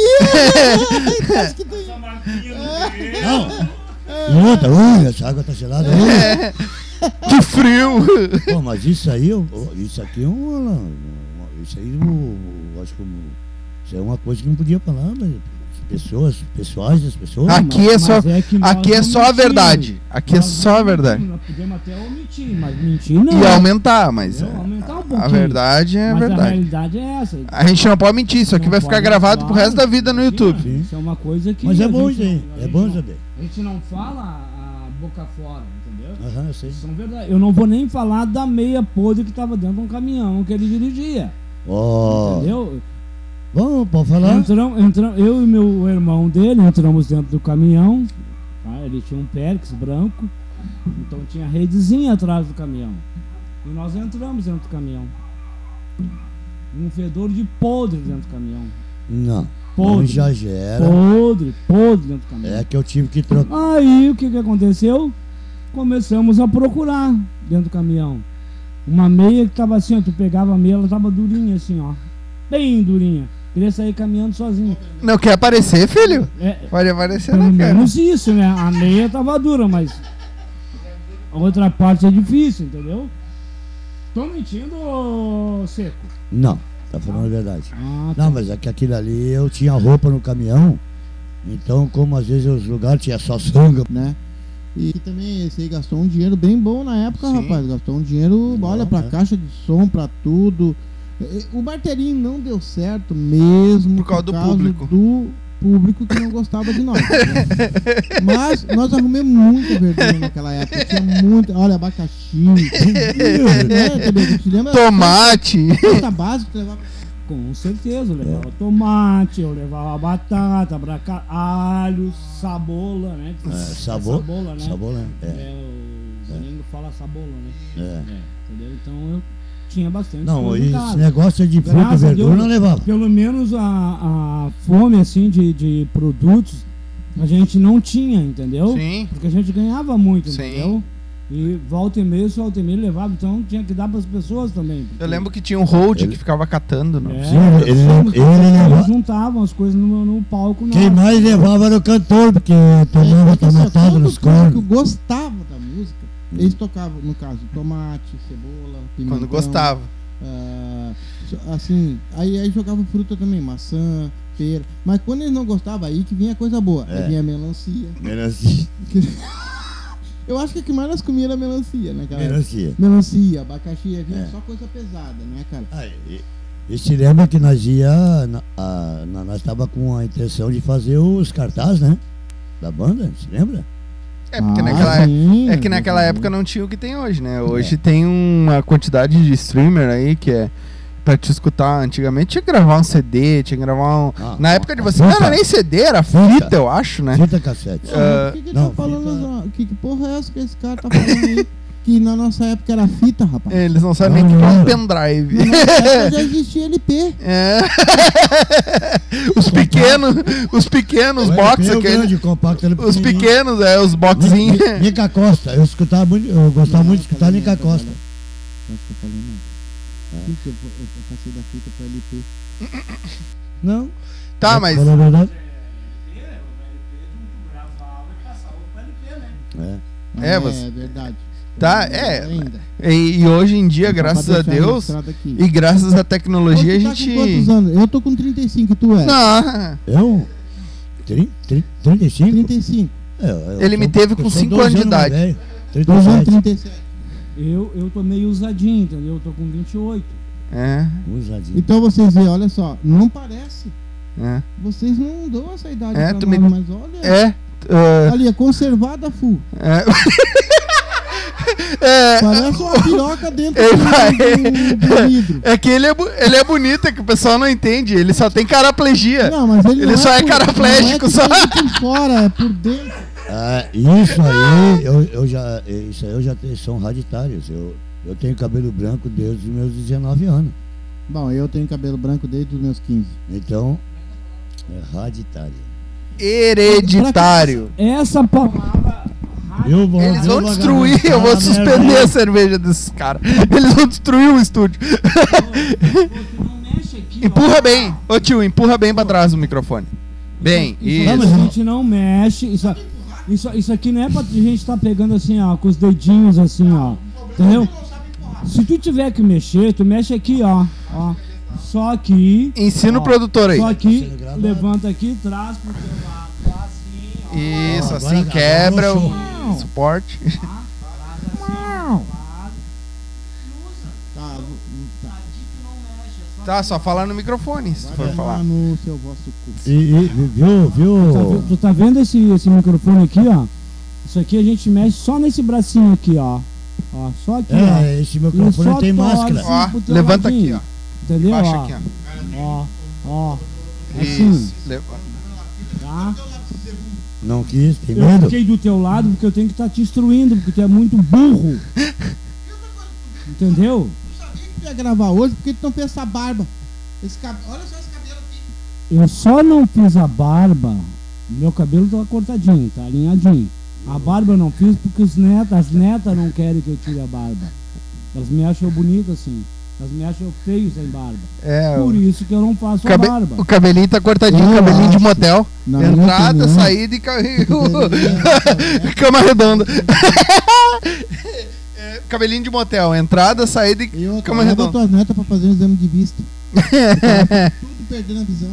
Acho que tu- É.
não. E outra, ui, essa água tá gelada. ui.
*laughs* Que frio.
Pô, mas isso aí, eu- eu- isso aqui é um. uma- Isso aí, eu, eu acho que um- Isso é uma coisa que não podia falar, mas as pessoas, pessoais das pessoas.
Ah,
Ah,
Aqui é só-
que nós
Aqui é só a
omitimos.
verdade. Aqui é
Nós
só a
omitimos,
verdade.
Nós podemos até omitir, mas mentir não.
E aumentar, mas.
É,
é,
aumentar um pouquinho.
A verdade é
mas a
verdade.
realidade é essa.
A gente não pode mentir, isso aqui
Não
vai ficar
pode,
gravado pro
claro.
resto da vida no YouTube.
Sim.
Isso é uma coisa que.
Mas é
a
bom
gente
isso aí,
não- a
é
gente
bom
não-
saber.
A gente não fala a boca fora, entendeu?
eu sei.
São verdade. Eu não vou nem falar da meia podre que estava dentro de um caminhão que ele dirigia.
Ó,
Entendeu?
vamos, pode falar?
Entram, entram, eu e meu irmão dele entramos dentro do caminhão. tá? Ele tinha um Périx branco. Então tinha redezinha atrás do caminhão. E nós entramos dentro do caminhão. Um fedor de podre dentro do caminhão.
Não, não
Podre.
exagera.
Podre, podre dentro do caminhão.
É que eu tive que trocar.
Aí o que, que aconteceu? Começamos a procurar dentro do caminhão. Uma meia que tava assim, ó, tu pegava a meia, ela tava durinha assim, ó. Bem durinha. Queria sair caminhando sozinho.
Não quer aparecer, filho?
É,
Pode aparecer
pelo
na cara.
menos isso, né? A meia tava dura, mas. A outra parte é difícil, entendeu? Tô mentindo, ô seco.
Não, tá falando a verdade.
Ah, tá.
Não, mas é que aquilo ali eu tinha roupa no caminhão. Então, como às vezes os lugares tinha só sangue.
né? E que também esse aí gastou um dinheiro bem bom na época,
Sim. é.
rapaz. Gastou um dinheiro,
Bom,
olha, pra
né?
caixa de som, pra tudo. E- e O Barterinho não deu certo mesmo
Por causa do público.
do público que não gostava de nós.
*laughs*
né? Mas nós arrumamos muita verdura naquela época. Tinha muito, olha, abacaxi.
*laughs*
né? Entendeu? Te lembra?
Tomate.
Cesta básica que levava
tá. Com certeza, eu
É.
levava tomate, eu levava batata, braca, alho, sabola, né?
É, sabor.
sabola, né?
Sabor, né? É,
É, o gringo fala sabola, né?
é.
Entendeu? Então eu tinha bastante
Não, é-
coisa em
esse
casa.
negócio de fruta e
Graças a
verdura
Deus.
não levava.
Pelo menos a, a fome, assim, de, de produtos, a gente não tinha, entendeu?
Sim.
Porque a gente ganhava muito,
Sim.
entendeu? E volta e meia, só volta e meia levava, então tinha que dar para as pessoas também.
Eu lembro que tinha um hold
Ele-
que ficava catando,
É.
não.
Sim, ele- ele- ele levava-
juntavam as coisas no, no palco. nosso.
Quem mais levava era o cantor, porque tomava
Porque só assim,
tomatado
todo
nos
cara que
cornos.
gostava da música. Eles tocavam, no caso, tomate, cebola, pimentão.
Quando gostava.
ah, assim, aí, aí jogavam fruta também, maçã, pera. Mas quando eles não gostavam, aí que vinha coisa boa.
É.
Aí vinha melancia.
Melancia.
Eu acho que a que mais nós comia era melancia, né,
É.
cara? Melancia,
Melancia.
abacaxi, aí vinha
É.
só coisa pesada, né, cara?
Ah, e, e se lembra que nós ia, na, a- na- nós estava com a intenção de fazer os cartazes, né? Da banda, se lembra?
É, porque
Ah,
naquela época.
sim,
É que naquela época não tinha o que tem hoje,
É.
né? Hoje tem uma quantidade de streamer aí que é pra te escutar. Antigamente tinha que gravar um CD, tinha que gravar um.
Ah,
Na época de
uma
você não era
fita.
nem CD, era
Fita.
fita, eu acho, né?
Fita cassete.
Ah, o que, que ele
não,
tá falando?
fita-
Zó? Que, que porra é essa que esse cara tá falando aí? que na nossa época era fita, rapaz.
Eles não sabem
Não,
nem o que é um
não.
Na
pendrive.
nossa época
*laughs*
já existia LP.
É. *laughs* Os pequenos, os pequenos
Eu
box, né?
era bem
aqueles.
é grande, compacto, era
Os
pequenininho.
pequenos, é, os
Ni-
*laughs*
boxinhos.
Ni- Nica Costa, eu escutava muito, eu gostava muito de escutar Nica Costa.
Acho que eu falei não. Sim, que eu, eu, eu passei da fita pro LP.
Não?
Tá, mas.
Fala a verdade.
É, você-
É verdade.
Tá, é.
Ainda.
E, e hoje em dia,
Só pra
graças a
deixar
Deus
registrado aqui.
e graças à tecnologia, a
Ô, tu tá
gente.
Com quantos anos? Eu tô com 35, e tu é?
Não. *laughs*
É. Eu? Trin- trin- 35?
35.
É, eu
Ele me
sou-
teve com
eu sou
cinco
dois
anos de
mais
idade.
velho,
Dois anos,
37.
37.
Eu, eu tô meio usadinho, entendeu? Eu tô com 28.
É,
Usadinho.
Então vocês veem, olha só, não parece.
é.
Vocês não dão essa idade
É,
pra
tu
nós,
me-
mas olha.
É. ah,
Ali, é conservada full.
é,
Parece uma piroca dentro
Ele
do,
vai-
do- do vidro.
é que ele é, bu- ele é bonito, é que o pessoal não entende. Ele só tem caraplegia.
Não, mas ele,
Ele
não
só é
por-
caraplégico,
não é que
só.
seja por fora, é por dentro.
Ah, isso aí, eu, eu já, isso aí eu já tenho, são raditários. Eu, eu tenho cabelo branco desde os meus 19 anos.
Bom, eu tenho cabelo branco desde os meus 15.
Então, é raditário.
Hereditário.
Essa palavra.
Eu vou-
Eles
eu
vão
vou
destruir,
agarrar
eu vou
essa
suspender
Ah, merda
a cerveja desses caras. Eles vão destruir o
*laughs*
estúdio.
Você não mexe aqui, ó.
Empurra bem. Ô tio, empurra bem pra trás o microfone. Bem,
Isso,
isso.
a gente não mexe. Isso, isso, isso aqui não é pra gente tá pegando assim, ó, com os dedinhos assim, ó. Entendeu? Se tu tiver que mexer, tu mexe aqui, ó. ó. Só que.
Ensina o
Ó,
produtor aí.
Só que
Tá sendo gravado.
levanta aqui, traz pro teu lado. Faz assim, ó.
Isso,
Agora-
assim
agora
quebra o
broxou.
suporte.
Faz assim,
Uau.
faz.
Tá, vou- tá.
Aqui tu não mexe, é só
Tá, só falar no microfone, se tu for
Vai
falar.
lá no seu vosso cu.
E, e- viu,
Tá ve-
viu?
tu tá vendo esse, esse microfone aqui, ó? Isso aqui a gente mexe só nesse bracinho aqui, ó. Ó, só aqui, ó.
É, esse
E só
microfone tem
torce.
máscara.
Ó,
Assim, pro
levanta aqui,
teu
ó.
ladinho. Entendeu?
Baixa
ó,
aqui, ó.
ó. Ó, assim,
Isso. leva-
tá?
Não quis, tem
Eu
medo?
fiquei do teu lado porque eu tenho que estar te instruindo, porque tu é muito burro. Entendeu?
Eu ia gravar hoje porque tu não fez essa barba. Esse cab... Olha só esse cabelo aqui.
Eu só não fiz a barba. Meu cabelo tá cortadinho, tá alinhadinho. A barba eu não fiz porque os netos, as netas não querem que eu tire a barba. Elas me acham bonito assim. Elas me acham feio sem barba.
É, o,
Por isso que eu não faço
cabe-
a barba.
o cabelinho tá cortadinho,
Eu
cabelinho de
acho.
motel.
Na minha
Entrada,
opinião,
saída e ca- *laughs* cama redonda. É, Cabelinho de motel, entrada, saída e
Eu
cama
acabava
redonda.
tuas netas pra fazer um exame
*laughs*
de vista. Eu tava tudo perdendo a visão.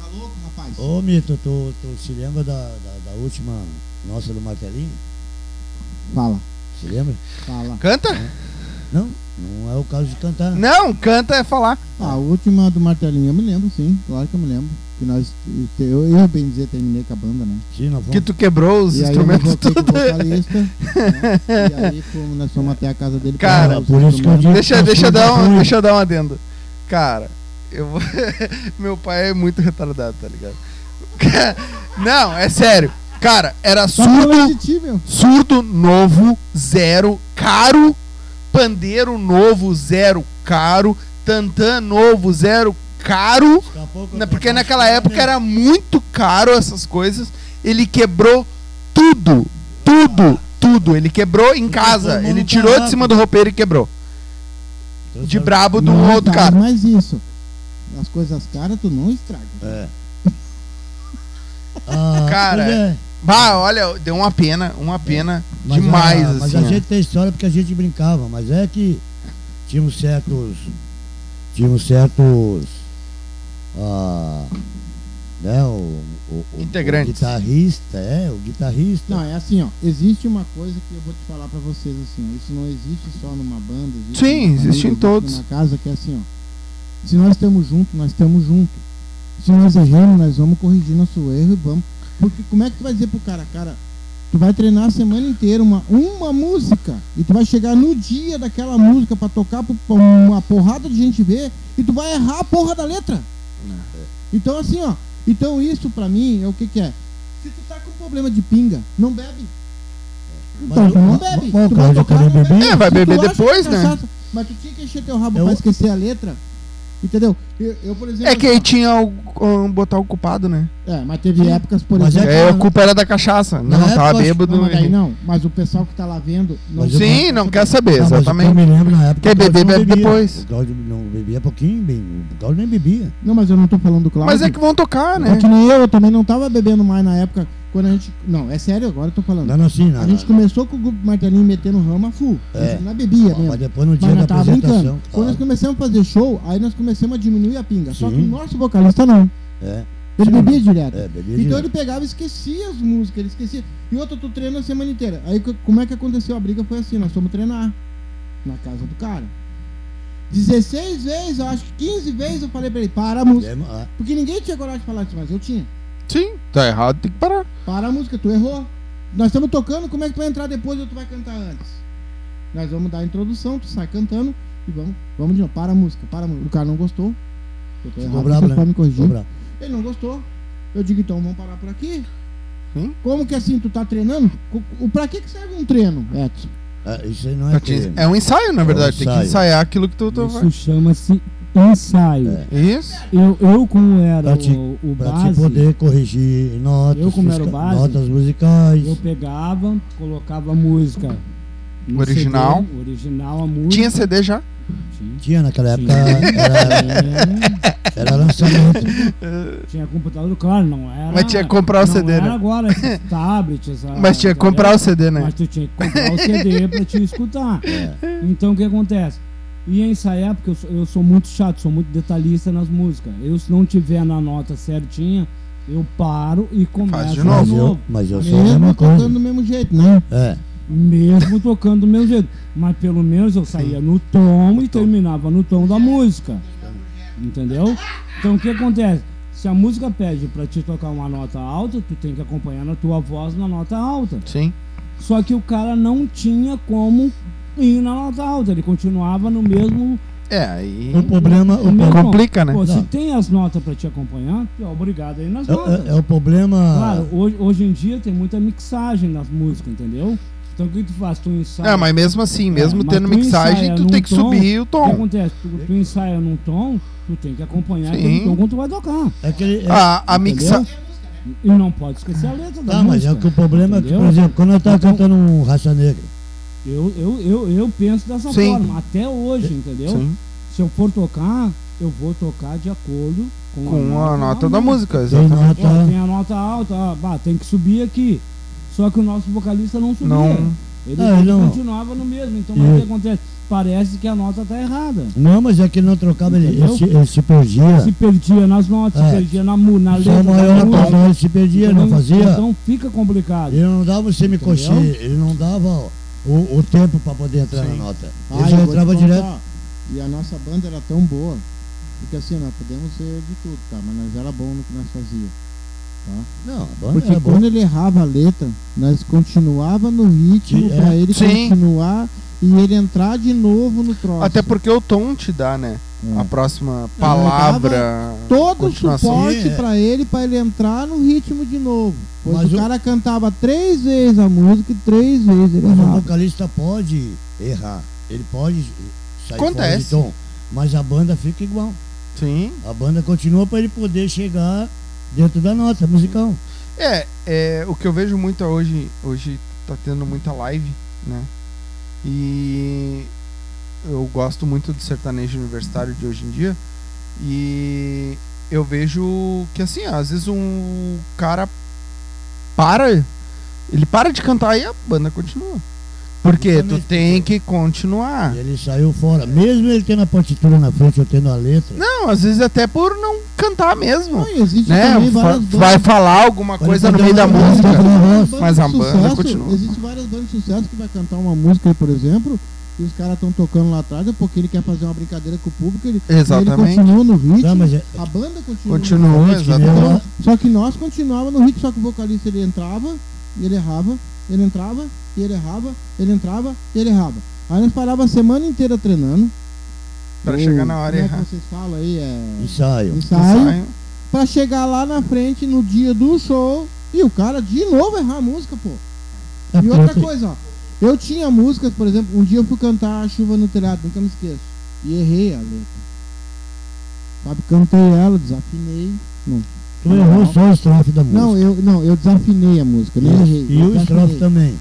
Tá louco, rapaz?
É. Ô, Mito, tu, tu se lembra da, da, da última nossa do martelinho?
Fala,
Se lembra?
fala.
Canta?
Não, não é o caso de cantar.
Não, canta é falar.
Ah, a última do martelinho eu me lembro, sim. Claro que eu me lembro. Que nós, eu, eu bem dizer, terminei com a banda, né?
Sim, nós
Que
fomos.
tu quebrou os
E aí eu me
instrumentos
voltei com o
tudo.
vocalista. né? E aí fomos, nós fomos até a casa dele pra
Cara,
gravar os
por isso que eu
*laughs*
instrumentos.
Deixa,
Tá
deixa, eu
tudo
dar um,
ruim.
deixa eu dar um adendo. Cara, eu vou... *laughs* Meu pai é muito retardado, tá ligado? *laughs* Não, é sério. Cara, era
Tá falando
surdo,
de ti, meu.
surdo novo, zero, caro, pandeiro novo, zero, caro, tantã novo, zero, caro.
Daqui a pouco eu
Na-
tô
Porque
com
naquela
fome,
época
né?
era muito caro essas coisas. Ele quebrou tudo. Tudo, tudo. Ele quebrou em casa.
Transformou
Ele
num
tirou de
barraco.
cima do roupeiro e quebrou. De brabo do
Não
outro
faz
cara.
mais isso. As coisas caras tu não estraga.
É. Ah,
Cara,
pois é.
Bah, olha, deu uma pena, uma pena
Mas
demais,
a- Mas
assim.
a
ó.
gente tem história porque a gente brincava, mas é que tinham certos. Tinham certos. ah, né, o, o, o-
Integrantes.
O guitarrista, é, o guitarrista.
Não, é assim, ó. Existe uma coisa que eu vou te falar pra vocês assim. Isso não existe só numa banda. Existe
Sim,
numa família,
existe em todos.
Numa casa que é assim, ó. Se nós estamos juntos, nós estamos juntos. Se nós erramos, nós vamos corrigir nosso erro e vamos. Porque como é que tu vai dizer pro cara, cara, tu vai treinar a semana inteira uma, uma música e tu vai chegar no dia daquela música pra tocar pro- pra uma porrada de gente ver e tu vai errar a porra da letra.
É.
Então assim, ó. Então isso pra mim é o que que é? Se tu tá com problema de pinga, não bebe. Então,
Mas
tu não
o-
bebe.
qual
Tu
o caso
vai
de
tocar,
querer
não bebe.
beber?
É, vai
Se tu
beber
acha
depois,
que
né?
cachaça- Mas tu tinha que encher teu rabo
Eu-
pra esquecer a letra. Entendeu? Eu, eu, por exemplo.
É que
assim,
aí tinha o, o- botar o culpado, né?
ó, é, mas teve épocas, por
Mas é
exemplo.
É, a culpa era da cachaça. Não,
Na
tava
época,
bêbado.
Não, mas daí
e-
não. Mas o pessoal que tá lá vendo. Não
Mas eu-
Sim, não quer saber,
Ah, mas
exatamente.
Eu me lembro na época.
Quer
o Claudio
beber,
não
bebe
bebia.
depois.
O Claudio não bebia pouquinho, bem. O Claudio nem bebia.
Não, mas eu não tô falando do Cláudio.
Mas é que vão tocar, né?
É que nem eu, eu também não tava bebendo mais na época. Quando a gente. Não, é sério, agora eu tô falando.
Não, não, sim, não.
a gente
não.
começou com o grupo Martelinho metendo rama full.
É.
A gente não bebia mesmo.
Mas depois no dia
Mas nós
da
tava
apresentação.
brincando. Quando nós
claro,
começamos a fazer show, aí nós começamos a diminuir a pinga. Só que
Sim.
o nosso vocalista não.
é,
Ele
Sim.
bebia direto.
é, bebia
então
direto.
ele pegava e esquecia as músicas, ele esquecia. E outro, tu treina a semana inteira. Aí co- como é que aconteceu a briga? Foi assim, nós fomos treinar na casa do cara. 16 vezes, eu acho que 15 vezes eu falei pra ele, para a música.
Lembra- ah,
Porque ninguém tinha coragem de falar isso, mas eu tinha.
Sim, tá errado, tem que parar.
Para a música, tu errou. Nós estamos tocando, como é que tu vai entrar depois ou tu vai cantar antes? Nós vamos dar a introdução, tu sai cantando e vamos, vamos de novo. Para a música, para a música. O cara não gostou. Eu tô errado,
brabo,
vocês
né?
podem me corrigir.
Ficou bravo.
Ele não gostou. Eu digo, então vamos parar por aqui.
Sim.
Como que assim, tu tá treinando? Co- O, pra que, que serve um treino, Edson?
Ah, Isso aí não é. treino.
É um ensaio, na
É um
verdade. Tem que
ensaio.
ensaiar aquilo que tu, tu vai.
Isso chama-se ensaio.
É.
Isso.
Eu, eu, como era
Pra te-
o, o
Pra
base,
te poder corrigir notas,
Eu, como era o
fisca-
base,
notas musicais.
eu pegava, colocava a música. no
Original.
CD, original a música.
Tinha CD já?
Tinha.
Tinha É. naquela época,
Tinha.
*laughs* era, era lançamento.
Tinha computador, claro, não era.
Mas tinha que comprar o
não
CD,
era
né? *laughs*
agora esses tablets, essa,
Mas tinha que comprar o CD, né? *laughs* É.
Mas tu tinha que comprar o CD pra te escutar. Então o que acontece? ia ensaiar, porque eu sou, eu sou muito chato, sou muito detalhista nas músicas. Eu, se não tiver na nota certinha, eu paro e começo
de
Mas
novo.
eu, mas eu sou a
Mesmo
mesma
tocando
coisa.
do mesmo jeito, né?
É.
Mesmo tocando do mesmo jeito. Mas pelo menos eu saía no tom e terminava no tom da música. Entendeu? Então o que acontece? Se a música pede pra te tocar uma nota alta, tu tem que acompanhar na tua voz na nota alta.
Sim.
Só que o cara não tinha como ir na nota alta, ele continuava no mesmo.
É, aí
O problema, o
no mesmo
pro-
tom.
complica, né?
Pô, se
Não.
tem as notas pra te acompanhar, tu é obrigado aí nas notas.
é, é o problema.
Claro, hoje, hoje em dia tem muita mixagem nas músicas, entendeu? Então o que tu faz? Tu ensaia.
É, mas mesmo assim, mesmo
É, mas
tendo
tu
mixagem,
ensaia
tu
num
tem que
tom,
subir o
O que
tom.
acontece? Tu, tu ensaia num tom, tu tem que acompanhar
Sim.
aquele tom quando tu vai tocar.
É que ele- é-
Ah, A, a mixa...
entendeu? E não pode esquecer a letra da
tá, mas
música.
é que o problema é que,
entendeu?
por exemplo, quando eu tava
Então-
cantando um Raça Negra,
eu, eu, eu, eu penso dessa
Sim.
forma, até hoje, entendeu?
Sim,
Se eu for tocar, eu vou tocar de acordo com,
com a nota da música,
tem
exatamente.
nota.
Ó, Então, tem a nota alta, ó, bah, tem que subir aqui. Só que o nosso vocalista não subia.
Não.
Ele,
Ah, ele não.
continuava no mesmo. Então,
E
mas o
ele-
que acontece? Parece que a nota tá errada.
Não, mas é que ele não trocava, ele, ele,
Entendeu?
se, ele se perdia.
Se perdia nas notas,
É.
se perdia na, mu- na
Só
letra.
o
da
maior
música.
pastor, ele se perdia, não
Então-
fazia.
Então fica complicado.
Ele não dava o semicoxê,
Entendeu?
ele não dava o, o tempo para poder entrar na
Sim.
nota. Ele
Ah,
já
eu vou te
entrava
contar.
direto.
E a nossa banda era tão boa, porque assim, nós podemos ser de tudo, tá? Mas nós era bom no que nós fazia.
Não, é a banda
Porque
era boa.
quando ele errava a letra, nós continuava no
Sim,
ritmo pra
é.
ele
Sim.
continuar e ele entrar de novo no troço.
Até porque o tom te dá, né?
É.
A próxima palavra. assim.
todo o
continuação.
suporte
Sim, é.
pra ele, pra ele entrar no ritmo de novo. Pois
Mas
o
o-
cara cantava três vezes a música e três vezes ele
Mas o
errava.
vocalista pode errar, ele pode sair fora de
Acontece.
tom, mas a banda fica igual.
Sim.
A banda continua para ele poder chegar dentro da nota musical.
É, é, o que eu vejo muito hoje, hoje tá tendo muita live, né? E eu gosto muito do sertanejo universitário de hoje em dia. E eu vejo que assim, às vezes um cara para, ele para de cantar e a banda continua. Porque tu
Exatamente.
tem que
Ah.
continuar.
E ele saiu fora, mesmo ele tendo a partitura na frente ou tendo a letra.
Não, às vezes até por não cantar mesmo.
Não, e existe
né?
também
Fa-
várias
vai
bandas.
falar alguma
Pode
coisa no
fazer
meio da
uma-
música.
fazer uma voz.
Várias
mas
bandas
a
de
banda continua.
Existe várias bandas de sucesso que vai cantar uma música aí, por exemplo, e os caras estão tocando lá atrás, é porque ele quer fazer uma brincadeira com o público, ele, ele
Exatamente.
continua no ritmo,
Não, mas é-
a banda continua.
Continua,
Exatamente, que nem
exatamente.
Então, só que nós continuava no ritmo, só que o vocalista ele entrava, e ele errava, ele entrava, e ele errava, ele entrava, e ele errava. Aí nós parava a semana inteira treinando.
Pra
Ou,
chegar na hora e
como é que
errar.
vocês falam aí, é
Ensaio.
ensaio,
Ensaio.
pra chegar lá na frente no dia do show e o cara de novo errar a música, pô.
É
E
porque
outra
tem-
coisa, ó. Eu tinha músicas, por exemplo, um dia eu fui cantar a chuva no telhado, nunca me esqueço. E errei a letra. Sabe, cantei ela, desafinei. Não,
Tu errou só o estrofe da música.
não, eu, não, eu desafinei a música, nem errei.
e, e
eu
o estrofe tá-
desafinei.
também.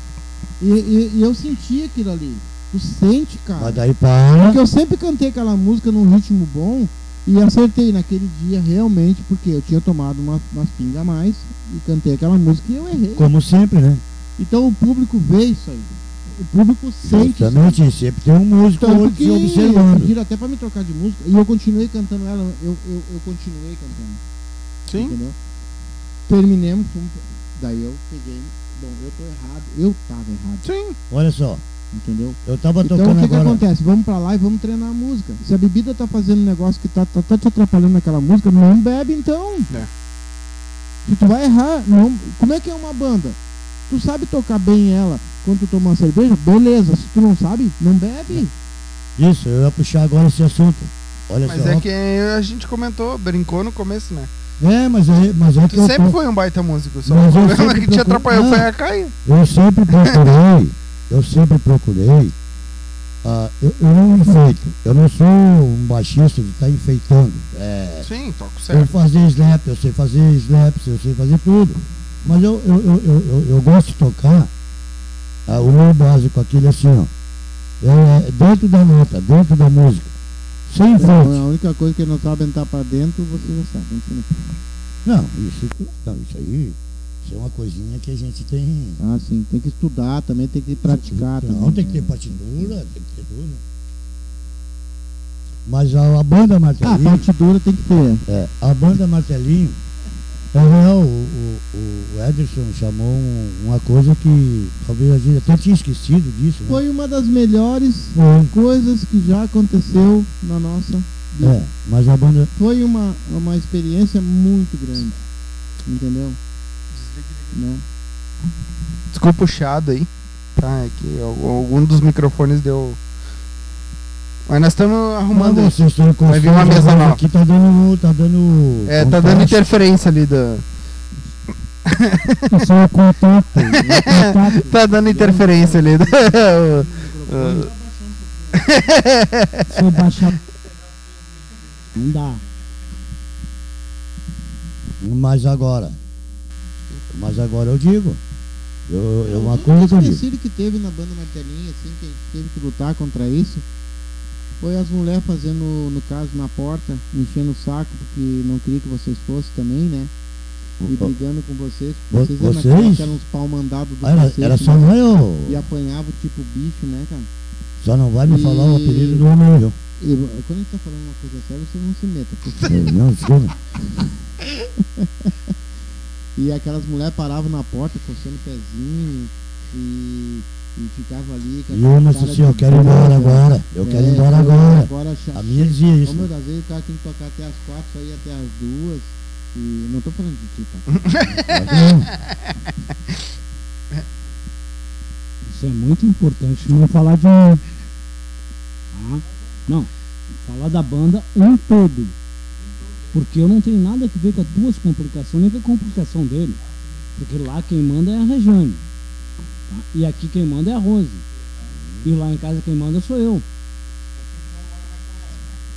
E, e- e eu senti aquilo ali. Tu sente, cara.
Mas daí para.
Ah. Porque eu sempre cantei aquela música num ritmo bom e acertei naquele dia realmente, porque eu tinha tomado uma, umas pingas a mais e cantei aquela música e eu errei.
Como sempre, né?
Então o público vê isso aí. O público sente isso. aí.
Justamente, sempre tem um músico ou
Tanto
outro
que
se
eu
observando.
pediram até pra me trocar de música e eu continuei cantando ela. Eu, eu, eu continuei cantando,
Sim.
entendeu? Terminemos, fomos- daí eu peguei. Bom, eu tô errado, eu tava errado,
Sim.
Olha só,
entendeu?
eu tava
Então o
tocando
que, que
agora.
acontece? Vamos pra lá e vamos treinar a música. Se a bebida tá fazendo um negócio que tá, tá, tá te atrapalhando naquela música, não bebe então.
É.
Se tu vai errar, não. Como é que é uma banda? Tu sabe tocar bem ela quando tu toma uma cerveja? Beleza. Se tu não sabe, não bebe.
Isso, eu ia puxar agora esse assunto. Olha
Mas
só.
é que a gente comentou, brincou no começo, né?
É, mas é, mas é
Tu
que eu,
sempre
sempre...
foi um baita músico, só
Mas
o
eu
problema
sempre
que te
procuro-
atrapalhou
Ah.
foi a cair.
eu sempre procurei, eu sempre procurei. ah, eu, eu não enfeito, eu não sou um baixista de estar enfeitando. É,
Sim, toco
eu
certo.
fazer slap, eu sei fazer slaps, eu sei fazer tudo. Mas eu, eu, eu, eu, eu- eu gosto de tocar ah, o meu básico, aquele assim, ó. É, dentro da nota, dentro da música. Sem enfeite.
Então, a única coisa que ele não sabe entrar pra dentro, você já sabe. não tem-
Não, isso, não, isso aí isso é uma coisinha que a gente tem.
Ah, sim. Tem que estudar também, tem que praticar
não,
também.
tem que ter
né?
partitura, tem que ter tudo. Mas a, a banda
Ah, a
Martelinho.
parte dura tem que ter.
É, a banda Martelinho, é real, o, o, o Ederson chamou um- uma coisa que talvez a gente até tinha esquecido disso. Né?
Foi uma das melhores
Foi.
coisas que já aconteceu na nossa vida.
É, mas a banda.
Foi uma, uma experiência muito grande. Entendeu? Né?
Desculpa o chiado aí. Tá, é que al- algum dos microfones deu. Mas nós estamos arrumando.
Mas vocês estão
Vai vir uma
encostando
mesa
agora
nova.
Aqui tá dando. Tá dando.
É, tá dando
contraste.
interferência ali da.
Só o *laughs* contato. o contato.
Tá dando interferência *laughs* ali da.
Se eu baixar. Não dá.
Mas agora. Mas agora eu digo. Eu, eu, É uma
O
coisa que eu digo.
desconhecido que teve na banda Martelinha, assim, que a gente teve que lutar contra isso, foi as mulheres fazendo, no caso, na porta, enchendo o saco, porque não queria que vocês fossem também, né? E brigando com vocês. porque
Vo-
Vocês
vocês?
eram aquelas que eram uns pau mandado do
Ah, Era,
cacete,
era só
né?
não é
E
o.
apanhava tipo bicho, né, cara?
Só não vai me falar o
E-
apelido do homem, viu?
E, quando a gente tá falando uma coisa séria, vocês não se metam. porque
Não, desculpa.
E aquelas mulheres paravam na porta, coçando o pezinho e, e ficavam ali. com
E
aquela
uma
cara
disse assim, eu
de
quero ir embora
bunda.
agora. Eu quero ir embora
eu-
agora. Tá né?
Agora já.
A minha dizia isso.
É. Como eu, às vezes o cara tem que tocar até as quatro, sair até as duas. E não tô falando de
Uhum.
ti, tá?
Não,
Isso é muito importante. Não falar de. Tá? Não. Falar da banda um todo. Porque eu não tenho nada que ver com as duas complicações, nem com a complicação dele. Porque lá quem manda é a Rejane. tá? E aqui quem manda é a Rose. E lá em casa quem manda sou eu.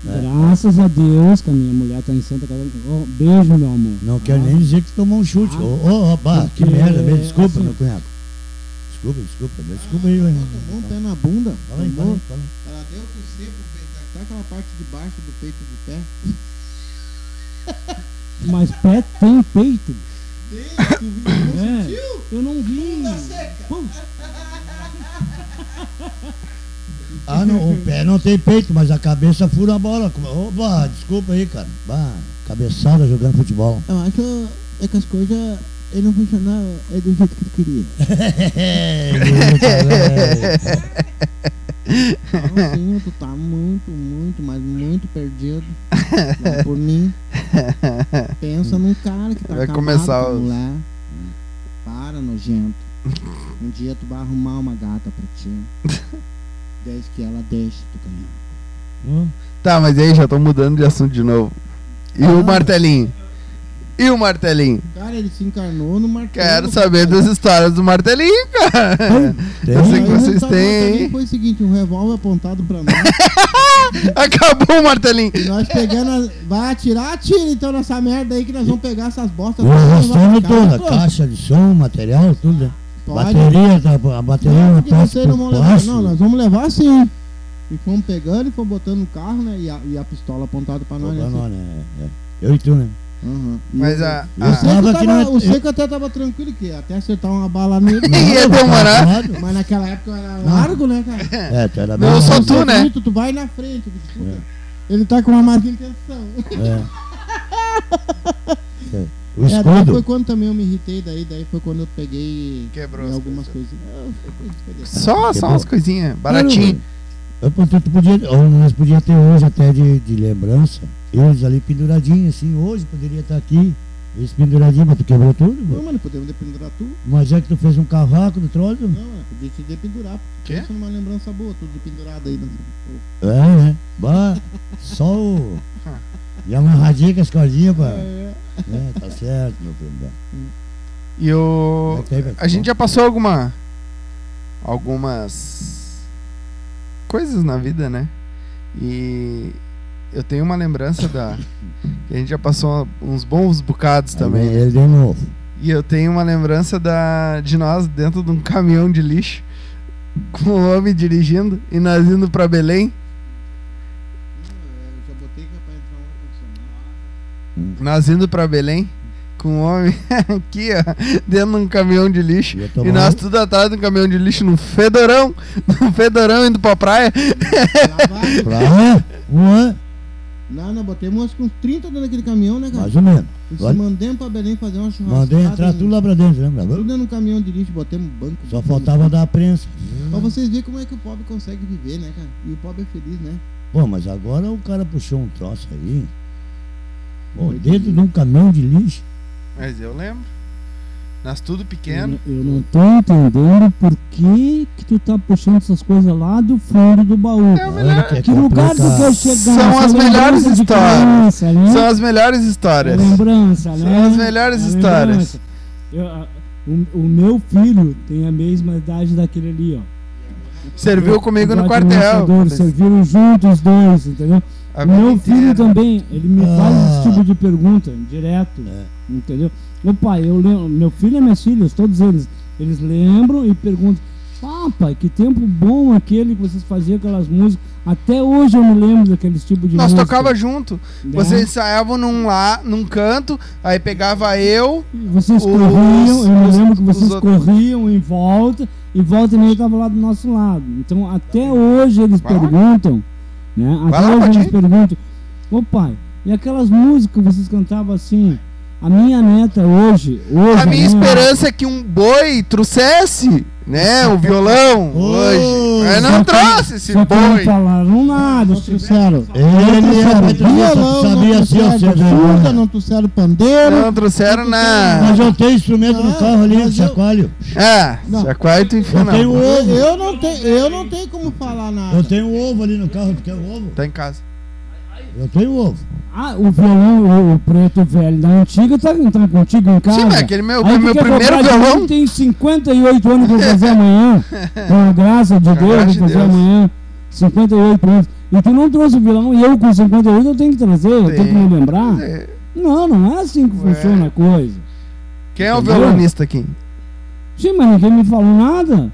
Graças a Deus que a minha mulher tá em Santa Catarina. Ó, beijo, meu amor.
não quero
Tá?
nem dizer que tomou um chute.
Ah.
Ô, ô, rapaz, que
Porque,
merda, me desculpa,
assim-
meu cunhado. Desculpa, desculpa, me desculpa aí. meu irmão.
Tomou um pé na bunda.
Fala aí, fala
tomou.
aí, fala aí.
Ela deu com o seco, tá aquela parte de baixo do peito do pé.
Mas pé tem peito.
Tem, tu viu? Não
É.
sentiu?
Eu não vi. Pô,
Ah, não, o pé não tem peito, mas a cabeça fura a bola. Como- Opa, desculpa aí, cara. Bah, cabeçada jogando futebol. *laughs*
Eu acho é que as coisas ele não funcionaram é do jeito que ele queria.
É, tá
É.
Não, sim, tu tá muito, muito, mas
*laughs*
muito perdido. Não por mim. Pensa num cara que tá
Vai
acabado
começar
com a
os-
mulher. né? Para, nojento. Um dia tu vai arrumar uma gata pra
*laughs*
ti. Desde que ela deixe tu ganhar.
Hum?
Tá, mas aí já tô mudando de assunto de novo. E o martelinho? E o martelinho?
Cara, ele se encarnou no martelo.
Quero saber
cara.
das histórias do martelinho, *laughs* cara.
Tem- um-
Eu sei
Aí
que
o
vocês têm,
resultado tá também
hein?
Foi o seguinte, um revólver apontado pra nós.
Acabou o martelinho.
E nós pegando. as- Vai atirar, atira então nessa merda aí que nós vamos pegar essas bostas.
O
todas e levar
arrastando
pra casa.
toda, caixa de som, material, tudo. né?
Pode.
Bateria, tá- a bateria
Não,
não
porque
passa
vocês não
por
vão levar.
plástico.
Não, nós vamos levar sim. E fomos pegando e fomos botando no carro, né? E a, e a pistola apontada pra nós, né?
Não, não, né? É, é. Eu e tu, né?
Aham. E
Mas
o-
a.
o
a-
Seco
Tava
tava-
que não é-
O seco até tava tranquilo, que até acertar uma bala nele.
Ia
Tá
demorar.
Claro.
Mas naquela época eu era largo, né, cara?
É, tu É. era
Não,
bem-
só tu, né?
Muito, tu vai na frente, bicho, puta. Ele tá com uma má intenção.
É. É. O
É, daí foi
escudo.
quando também eu me irritei, daí, daí foi quando eu peguei
Quebrou
em
as
algumas coisas. Eu fui com isso, cadê?
Só, só umas coisinhas. Baratinho.
Eu, portanto, podia, ou nós podíamos ter hoje até de, de lembrança, eles ali penduradinhos, assim, hoje poderia estar aqui, eles penduradinhos, mas tu quebrou tudo,
Não,
pô.
mano, podemos dependurar tu.
Mas é que tu fez um cavaco do troço?
Não, mano, podia te dependurar.
Quê?
Isso numa lembrança boa, tudo dependurado aí. Né?
É, né? Bah, só o... E amarradinha com as cordinhas, pá.
É,
É, tá certo, meu filho. né?
E o.
Como é que é,
A gente já passou alguma. Algumas. Coisas na vida, né? E. Eu tenho uma lembrança da. que A gente já passou uns bons bocados
Aí
também. né?
vem Ele de novo.
E eu tenho uma lembrança da, de nós dentro de um caminhão de lixo, com o homem dirigindo e nós indo pra Belém.
Eu já botei que é pra entrar um
Nós indo pra Belém com um homem *laughs* aqui, ó, dentro de um caminhão de lixo.
Ia
E
tomar-
nós tudo atrás de um caminhão de lixo, num fedorão, *laughs* num fedorão indo pra praia.
*laughs*
um Lavado.
Pra lá, uma,
Não, não, botemos acho que uns 30 dentro daquele caminhão, né, cara?
mais ou menos.
E se
Olha,
mandemos pra Belém fazer uma churrascada.
Mandei entrar
né?
tudo lá pra dentro, lembra?
Tudo dentro de um caminhão de lixo, botemos banco.
Só
botemos-
faltava um. dar a prensa.
Pra vocês verem como é que o pobre consegue viver, né, cara? E o pobre é feliz, né?
Pô, mas agora o cara puxou um troço aí. Pô, dentro de um caminhão de lixo.
Mas eu lembro. Nós tudo pequeno.
Eu, eu não tô entendendo por que, que tu tá puxando essas coisas lá do fundo do baú.
É o
Olha
melhor.
que é
Que lugar que eu
complicado.
quero chegar?
São
Essa
as melhores
lembrança de
histórias.
criança, né?
Uhum. São as melhores histórias.
Lembrança, né?
São as melhores
A
histórias.
lembrança. Eu, a- o, o meu filho tem a mesma idade daquele ali, ó.
Serviu comigo no
Igual
quartel.
financiador, Serviram juntos os dois, entendeu?
A vida
Meu
inteira.
filho também, ele me
Ah.
faz esse tipo de pergunta direto, entendeu? Meu pai, eu lembro, meu filho e minhas filhas, todos eles, eles lembram e perguntam: Papai, que tempo bom aquele que vocês faziam aquelas músicas. Até hoje eu me lembro daqueles tipos de
Nós
música.
tocava junto.
né?
Vocês ensaiavam num lá, num canto, aí pegava eu.
Vocês
os-
corriam, eu me
os-
lembro que vocês
os outros-
corriam em volta, e volta e meia tava lá do nosso lado. Então até hoje eles
Vai lá.
perguntam, né?
Vai lá,
Até hoje eles
Patinho.
perguntam, ô pai, e aquelas músicas que vocês cantavam assim? A minha neta hoje, hoje. né?
A minha
minha-
esperança é que um boi trouxesse, né, o violão
Oh.
hoje. Mas
Só
não
que-
trouxe esse
Só que não
boi.
falaram nada,
Não trouxeram.
Ele era muito
Violão,
sabia
não
assim, ó,
trouxeram surda,
Sérgio.
não trouxeram pandeiro.
Não trouxeram na.
Mas eu tenho instrumento no
Ah,
carro ali,
mas eu-
chacoalho.
Ah,
Não.
já quarto enfim,
Eu tenho
não.
ovo.
Eu, eu não tenho, eu não tenho como falar nada.
Tá Eu tenho um ovo ali no carro, tu quer o ovo?
Tá em casa.
Eu tenho um ovo.
Ah, o violão, o, o preto velho da antiga tá, tá contigo em casa.
Sim, mas aquele meu,
Aí tu
meu
quer
primeiro
comprar de
violão.
mim, Tem 58 anos que eu
*laughs*
vou fazer amanhã. Com a graça de
a
Deus, eu
graça
vou
de
fazer
Deus.
amanhã. 58 anos. E tu não trouxe o violão e eu com 58 eu tenho que trazer, eu tenho que me lembrar.
É.
Não, não é assim que
Ué.
funciona a coisa.
Quem é o
Entendeu?
violonista aqui?
Sim, mas ninguém me falou nada.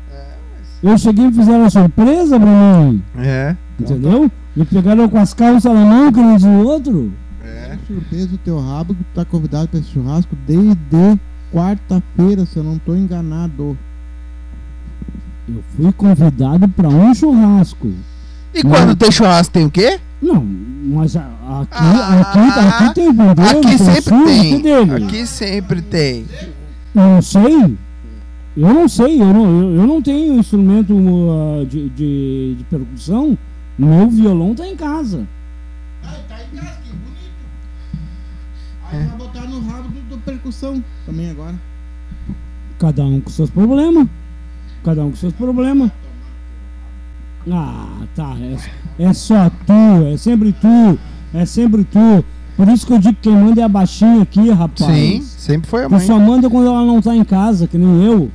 Eu cheguei e fizeram a surpresa pra mim.
É.
Entendeu? Me pegaram com as calças na mão, que nem do outro.
É.
Surpresa o teu rabo que tu tá convidado pra esse churrasco desde quarta-feira, se eu não tô enganado.
Eu fui convidado pra um churrasco.
E
Não.
quando tem churrasco tem o quê?
Não, mas a- aqui,
Ah,
aqui, aqui tem o bandeiro,
Aqui
tem
sempre
surdo, dele.
tem. Aqui sempre tem.
Eu não sei. Eu não sei, eu não, eu, eu não tenho instrumento ah, de, de, de percussão. Meu violão tá em casa.
Ah, tá em casa, que bonito. Aí vai botar no rabo do, do percussão também agora.
Cada um com seus problemas. Cada um com seus problemas. Ah, tá. É, é só tu, é sempre tu, é sempre tu. Por isso que eu digo que quem manda é a baixinha aqui, rapaz.
Sim, sempre foi a
Tu
mãe.
só manda quando ela não tá em casa, que nem eu.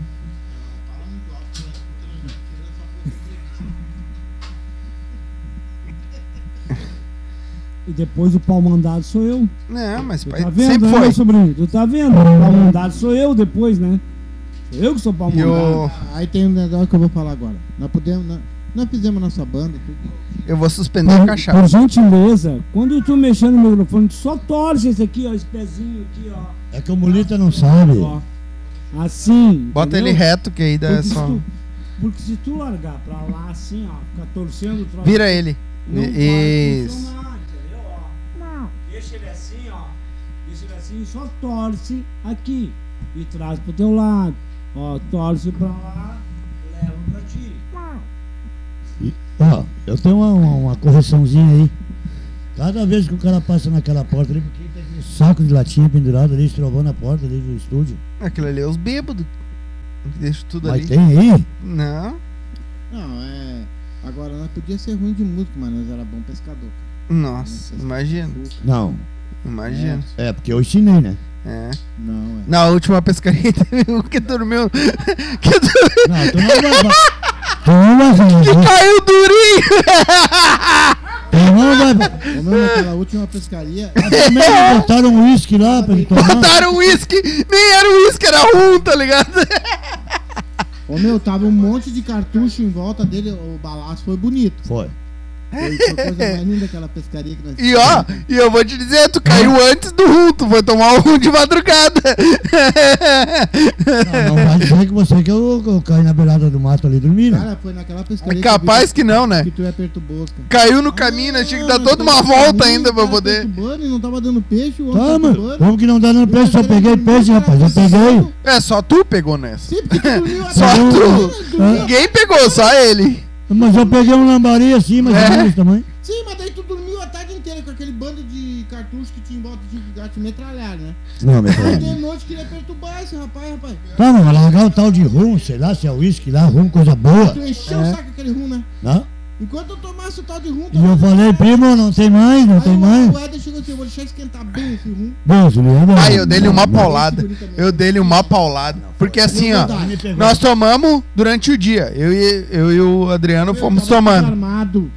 E depois o pau mandado sou eu.
Não, mas
Tu
pai,
tá vendo,
sempre
né, meu
foi.
sobrinho? Tu tá vendo? O pau mandado sou eu depois, né? Sou eu que sou pau
E
mandado.
eu,
Aí tem um negócio que eu vou falar agora. Nós podemos. Nós, nós fizemos nossa banda, tudo.
eu vou suspender a
Por, por
cachaça.
gentileza, quando tu mexer no microfone, tu só torce esse aqui, ó, esse pezinho aqui, ó.
É que o mulita não sabe.
ó. Assim.
Bota ele
entendeu?
reto que aí dá
Porque, se
É, só.
tu, porque se tu largar pra lá assim, ó, ficar torcendo o troço.
Vira ele.
não vai
Isso.
funcionar, entendeu? Ó, Deixa ele assim, ó. Deixa ele assim, só torce aqui. E traz pro teu lado. Ó, torce pra lá, leva pra ti.
E, ó, eu tenho uma, uma, uma correçãozinha aí. Cada vez que o cara passa naquela porta ali, porque tem aquele saco de latinha pendurado ali, estrovando a porta ali do estúdio.
Aquilo ali é os bêbados. Deixa tudo
Mas
ali.
tem aí?
Não.
Não, é. Agora nós podia ser ruim de música, mas nós era bom pescador.
Nossa, imagina.
Não.
Imagina.
É, porque eu ensinei, né?
É.
Não, é.
Na última pescaria *laughs* teve um que dormiu. Que, dormiu,
Não, tu não vai. vai- Tu não vai
que
falar.
caiu durinho! *laughs*
Tu não vai. vai-
Como eu naquela última pescaria.
Primeiro botaram um uísque lá pra ele tomar.
Botaram um uísque! Nem era um uísque, era rum, tá ligado?
Ô meu, tava um monte de cartucho em volta dele, o balaço foi bonito.
Foi.
Foi a coisa mais linda aquela pescaria que nós
E ó, e eu vou te dizer, tu caiu antes do rum, tu foi tomar o rum de madrugada. *laughs*
Não, não vai dizer que você que é eu, que eu caí na beirada do mato ali dormindo.
Cara, foi naquela pescaria.
É capaz
que,
que não, né?
que tu é aperto boca.
Caiu no caminho, né? Tinha que dar toda uma
Ah,
volta
caminho,
ainda pra
cara,
poder.
perturbando e não tava dando peixe, o homem
Tá, mano.
perturbando.
Como que não dá dando peixe? Só peguei peixe, rapaz. Eu peguei.
É, só tu pegou nessa.
Sim, porque tu
*laughs*
dormiu
Só
até-
tu. Ninguém pegou, só ele.
Mas eu peguei um lambari assim, mas
É.
é isso também.
Sim, mas daí tu dormiu a tarde inteira com aquele bando de cartuchos que tinha em volta de gato metralhar, né?
Não, meu
Aí
filho.
de noite queria perturbar esse rapaz, rapaz.
Tá, mas vai largar o tal de rum, sei lá se é uísque lá, rum, coisa boa.
Tu encheu o saco aquele rum, né?
Né?
Enquanto eu tomasse o tal de rum,
É. E eu falei, primo, não tem mais, não tem
Aí
mais. é
o- o Eder chegou assim, eu vou deixar esquentar bem esse rum.
Bom, Juliano.
Aí eu dei-lhe uma paulada. Eu dei-lhe uma paulada. Porque assim, ó,
Me pegou.
nós tomamos durante o dia. Eu e, eu e o Adriano fomos
Eu tava
tomando.
desarmado.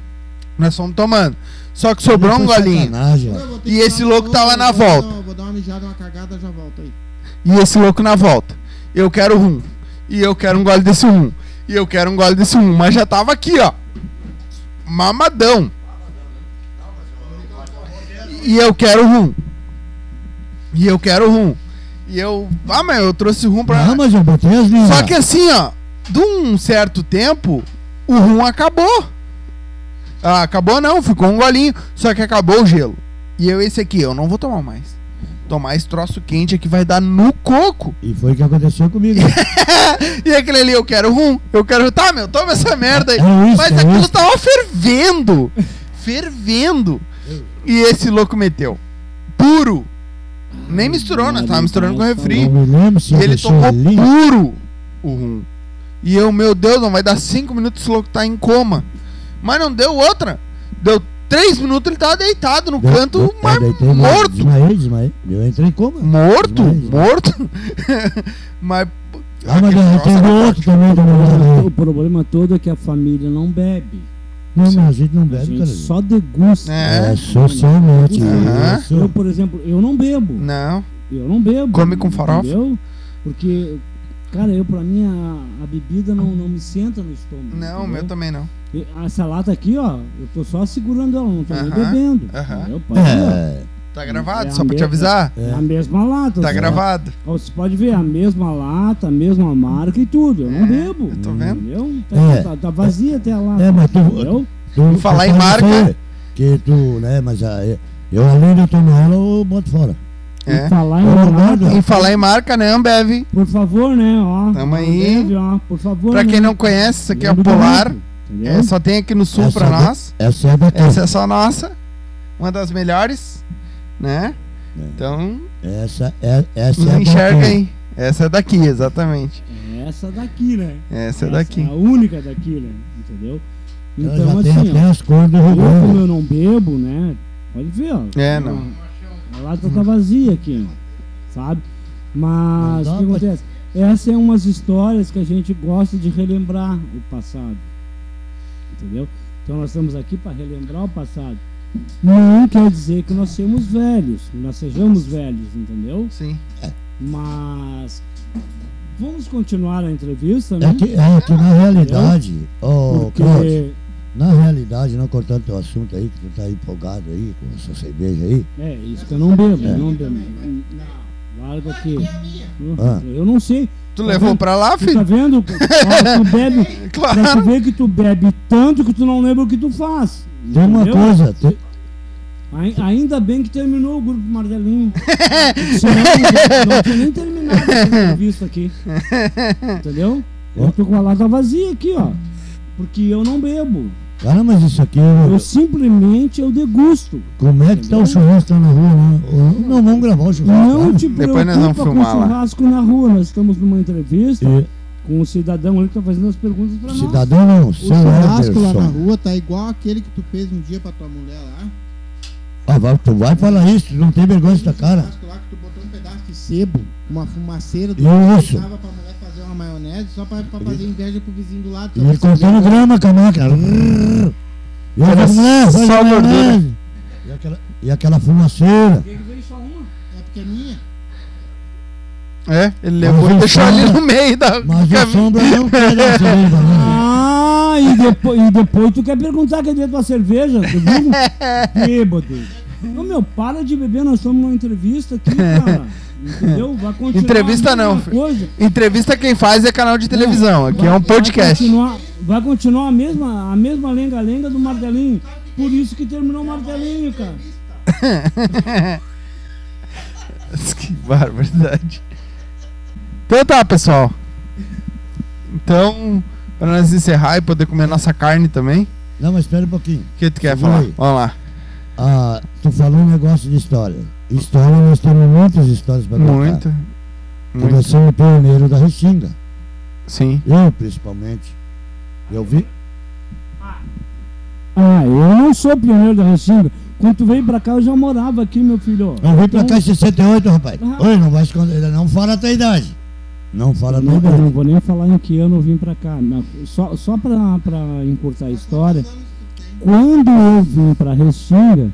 Nós fomos tomando. Só que sobrou um
Foi
golinho.
sacanagem, ó.
Eu vou ter
E
que
esse
dar-
louco tá lá na
vou dar-
volta.
Vou dar uma mijada, uma cagada, já volto aí.
E esse louco na volta. Eu quero rum. E eu quero um gole desse rum. E eu quero um gole desse rum. Mas já tava aqui, ó. Mamadão. E eu quero rum. E eu quero rum. E eu. Ah, mas eu trouxe rum pra.
Não, mas eu botei as linhas.
Só que assim, ó, de um certo tempo, o rum acabou. Ah, acabou não, ficou um golinho, só que acabou o gelo. E eu esse aqui, eu não vou tomar mais. Tomar esse troço quente aqui vai dar no coco.
E foi o que aconteceu comigo.
E aquele ali, eu quero rum, eu quero. Tá, meu, toma essa merda aí.
É isso,
Mas
é
aquilo
isso.
tava fervendo. Fervendo. E esse louco meteu. Puro. Nem misturou, nós tava misturando com refri.
Não me lembro se
E ele
deixou
tomou
ali.
puro o rum. E eu, meu Deus, não vai dar cinco minutos esse louco tá em coma. Mas não deu outra. Deu três minutos, ele tava deitado no
Deu-
canto,
deu- é,
mas
eu deitei, mas
morto.
Desmaiei, desmaiei. Eu entrei em coma.
Morto,
Demais, né?
morto. *laughs* mas.
Ah, mas
aquele é
eu
troço
tenho
era
outro também. do meu lado
O
aí.
problema todo é que a família não bebe.
Não, mas a gente não
A
bebe,
gente
cara.
só degusta.
É. né?
É, socialmente.
Aham.
isso.
Eu, por exemplo, eu não bebo.
Não.
Eu não bebo.
Come com farofa?
Entendeu? Porque, cara, eu pra mim a, a bebida não, não me senta no estômago.
Não, o meu
entendeu?
também não.
E Essa lata aqui, ó, eu tô só segurando ela, não tô nem
Aham,
bebendo.
aham.
entendeu? Pode ver,
É,
Tá gravado,
É
só
a
pra te
mesma-
avisar.
ó, é a mesma lata.
Tá
só.
gravado.
Ó, Você pode ver, a mesma lata, a mesma marca e tudo. Eu não
É,
bebo.
eu tô vendo.
Entendeu? Tá,
É.
tá- tá vazia até a lata.
É, mas tu-
entendeu?
tu-
Falar
tu
em
pode
marca.
ser Que tu, né, mas ah, eu- eu além de eu tomar ela, eu boto fora.
É.
E tá falar em
Eu não
lata,
bebo.
E falar em marca, né, Ambev?
Por favor, né? Ó,
Tamo
ó,
aí.
Deve, ó, por favor.
Pra
né?
quem não conhece, isso aqui é a
Lembra do
Polar.
grupo, entendeu?
É, só tem aqui no sul
Essa
pra
é-
nós.
Essa é da
Essa é só nossa, uma das melhores, né?
É.
Então,
Essa é, essa é
não
a
enxerga
bacana.
aí. Essa é daqui, exatamente.
É Essa daqui, né?
Essa é
é
daqui.
a única daqui, né? Entendeu?
Ela
Então,
já tem
assim,
até um
ó, Uhum.
as cores do
eu, como
Rio
eu não bebo, né? Pode ver, ó.
É, não.
A lata tá vazia aqui, ó, sabe? Mas
Não
o que
dá pra-
acontece? Essas são umas histórias que a gente gosta de relembrar o passado. Entendeu? Então nós estamos aqui para relembrar o passado. Não quer dizer que nós somos velhos, que nós sejamos velhos, entendeu?
Sim.
Mas vamos continuar a entrevista, né?
É que, é que na realidade, ô Cláudio,
Uhum. Porque
na realidade, não cortando teu assunto aí, que tu tá empolgado aí com essa cerveja aí,
é isso que eu não bebo, eu não bebo. Larga aqui.
Ah.
Eu não sei.
Tu levou pra lá,
Tu tá
filho? *laughs*
vendo? Ó, tu bebe, pra tu
Claro.
ver que tu bebe tanto que tu não lembra o que tu faz.
tem uma
entendeu?
coisa, tem,
Ai- Ainda bem que terminou o grupo
*laughs*
Martelinho. Senão, não, não tinha nem terminado essa entrevista aqui. Entendeu? Eu tô com a lata vazia aqui, ó. Porque eu não bebo.
cara, Ah, mas isso aqui, é
Eu simplesmente eu degusto.
como é que tá o churrasco lá na rua, né? Ô, Não, vamos gravar o churrasco.
Não
né?
te
Depois nós vamos
preocupa com
filmar lá.
churrasco na rua. Nós estamos numa entrevista
E-
com um cidadão ali que tá fazendo as perguntas pra nós.
Cidadão não,
O
seu
churrasco lá na
Ederson.
rua tá igual aquele que tu fez um dia pra tua mulher lá.
Ah, vai- tu vai falar isso, tu não tem vergonha da
O
cara.
churrasco lá que tu botou um pedaço de sebo, uma fumaceira do
E
lado que
isso?
tava pra mulher fazer uma maionese só pra, pra fazer inveja pro vizinho do lado.
E
só pra
ele cortando
fazer-
grama com a máquina. Rrrr. E é, eu
Era
falei, mulher,
só
faz a
gordura.
maionese. E aquela- E aquela fumaceira.
É porque é minha.
É, ele levou
Mas
e
o
deixou ali
sombra-
no meio da
um Mas um o
caminho.
Sombra não quer dar cerveja, né?
Ah, Ah, e depois, e depois tu quer perguntar que é direito à cerveja? Tu
*laughs*
viu? Bêbado. Não, meu, para de beber, nós estamos numa entrevista
*laughs*
aqui, cara. Entendeu? Vai continuar.
Entrevista
a mesma
não, filho.
Coisa.
Entrevista quem faz é canal de televisão. Aqui é um podcast.
Vai continuar, vai continuar a mesma a mesma lenga-lenga do martelinho. Por isso que terminou o martelinho, cara.
*laughs* que barbaridade. Então tá, pessoal. Então, pra nós encerrar e poder comer nossa carne também.
Não, mas espera um pouquinho.
O que tu quer
Vai.
falar? Vamos lá.
Ah, tu falou um negócio de história. História, nós temos muitas histórias para contar.
Muito.
Porque eu
Muito.
sou o um pioneiro da Restinga.
Sim.
Eu, Um, principalmente. Eu vi.
Ah, eu não sou pioneiro da Restinga. Quando tu veio pra cá, eu já morava aqui, meu filho.
Eu vim pra cá em 68, rapaz.
Ah.
Oi, não vai esconder. Não fala a tua idade. Não fala a tua
Não, eu
É
não
idade.
vou nem falar em que ano eu vim pra cá. mas Só, só pra, pra encurtar a história, quando eu vim pra Restinga,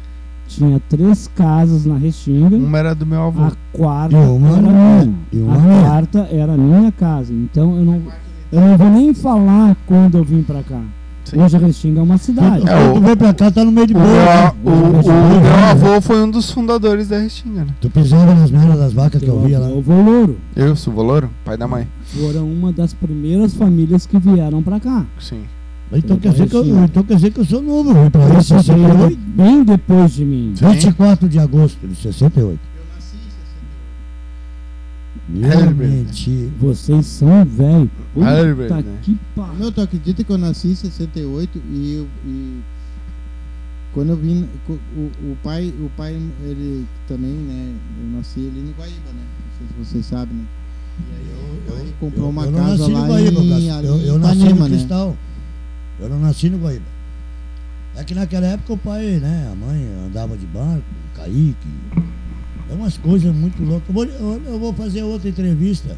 tinha três casas na Restinga.
Uma era do meu avô.
A quarta
E uma
era
minha.
minha.
E uma
A
minha.
quarta era minha casa. Então eu não, eu não vou nem falar quando eu vim pra cá.
Sim.
Hoje a Restinga é uma cidade.
É,
Quando tu
o-
vem pra cá, tá no meio de
O,
boa.
Ah, o- o- o meu avô foi um dos fundadores da Restinga, né?
Tu pisava nas merdas das vacas que eu é. via lá.
Eu vou louro.
Eu, sou Volouro, pai da mãe.
Foram uma das primeiras famílias que vieram pra cá.
Sim.
Então quer, dizer que eu,
Parecia.
então quer dizer que eu sou novo. Eu vim pra cá em
Isso veio
68.
bem depois de mim.
24 de agosto de 68. Meu,
Herbert.
é mentira.
Vocês são velho.
Herbert,
Puta
né?
que pariu.
Meu, tu acredita que eu nasci em 68 e, eu- e quando eu vim, co- o, o pai, o pai, ele também, né, eu nasci ali no Guaíba, né, não sei se vocês sabem, né, e aí eu, ele comprou uma
eu não
casa
nasci
lá
no Guaíba,
em,
Cássio.
ali
eu,
em
eu nasci
Ipanema,
no
né?
Cristal. Eu não nasci no Guaíba. É que naquela época o pai, né, a mãe andava de barco, o Kaique. É umas coisas muito loucas. Eu vou, eu- eu vou fazer outra entrevista.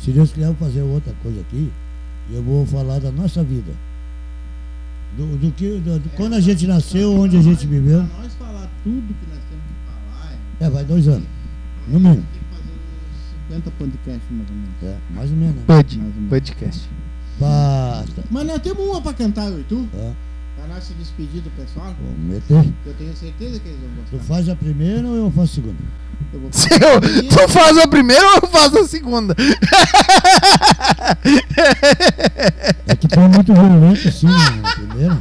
Se Deus quiser, eu vou fazer outra coisa aqui. E eu vou falar da nossa vida. Do, do que, do- do- quando a gente nasceu, onde a gente viveu.
Pra nós falar tudo que nós temos que falar, é,
É, vai dois anos. No mínimo.
tem que fazer uns 50 podcasts, mais ou menos.
É, mais ou menos. né?
Bud,
Mais um.
podcast.
Basta.
Mas nós temos uma pra cantar, eu e tu,
Tá?
pra nós se despedir do pessoal,
Vamos meter.
que eu tenho certeza que eles vão
Tu
gostar.
faz a primeira ou eu faço a segunda? *laughs*
Eu
*laughs*
vou-
Se eu, tu faz a primeira ou eu faço a segunda?
É que tu é muito violento assim, né, na primeira.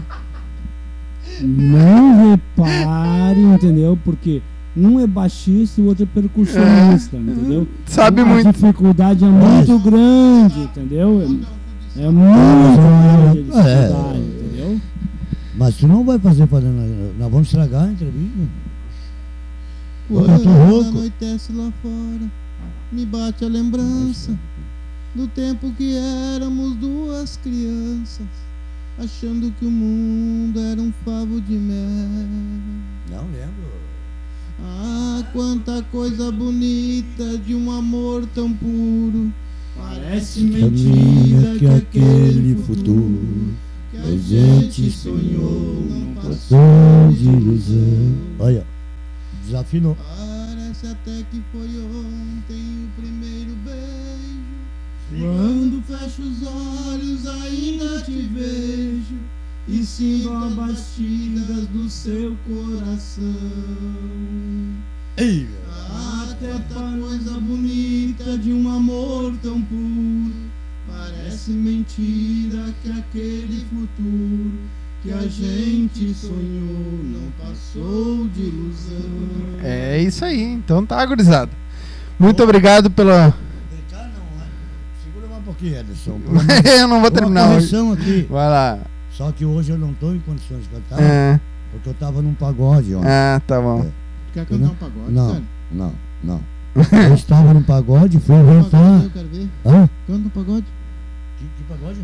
Não repare, entendeu? Porque um é baixista e o outro é percussionista, entendeu?
Sabe
a
muito.
dificuldade é muito grande, entendeu? É, é muito grande a dificuldade,
É.
entendeu?
Mas tu não vai fazer fazendo. nós- Nós vamos estragar a entrevista. Pô, eu tô rouco.
Anoitece lá fora, me bate a lembrança do tempo que éramos duas crianças, achando que o mundo era um favo de mel.
Não lembro.
Ah, quanta coisa bonita de um amor tão puro. Parece mentira
Caminha
que aquele futuro que a gente sonhou não passou de ilusão.
Olha, desafinou.
Parece até que foi ontem o primeiro beijo. Quando fecho os olhos, ainda te vejo. E sinto as batidas do seu coração.
Ei,
Até a coisa bonita de um amor tão puro. Parece mentira que aquele futuro que a gente sonhou não passou de ilusão.
É isso aí, então tá, gurizada. Muito obrigado pela.
vem cá não, né? Segura mais um pouquinho, Ederson.
*laughs* eu não vou terminar
Uma
hoje.
correção aqui.
Vai lá.
Só que hoje eu não tô em condições de cantar,
Ah,
porque eu tava num pagode ontem.
ah, tá bom.
Quer
cantar um
pagode,
Não, não,
*laughs*
não. Eu estava num pagode, fui inventar.
quero ver.
Hã?
Canta um pagode.
Que, que pagode?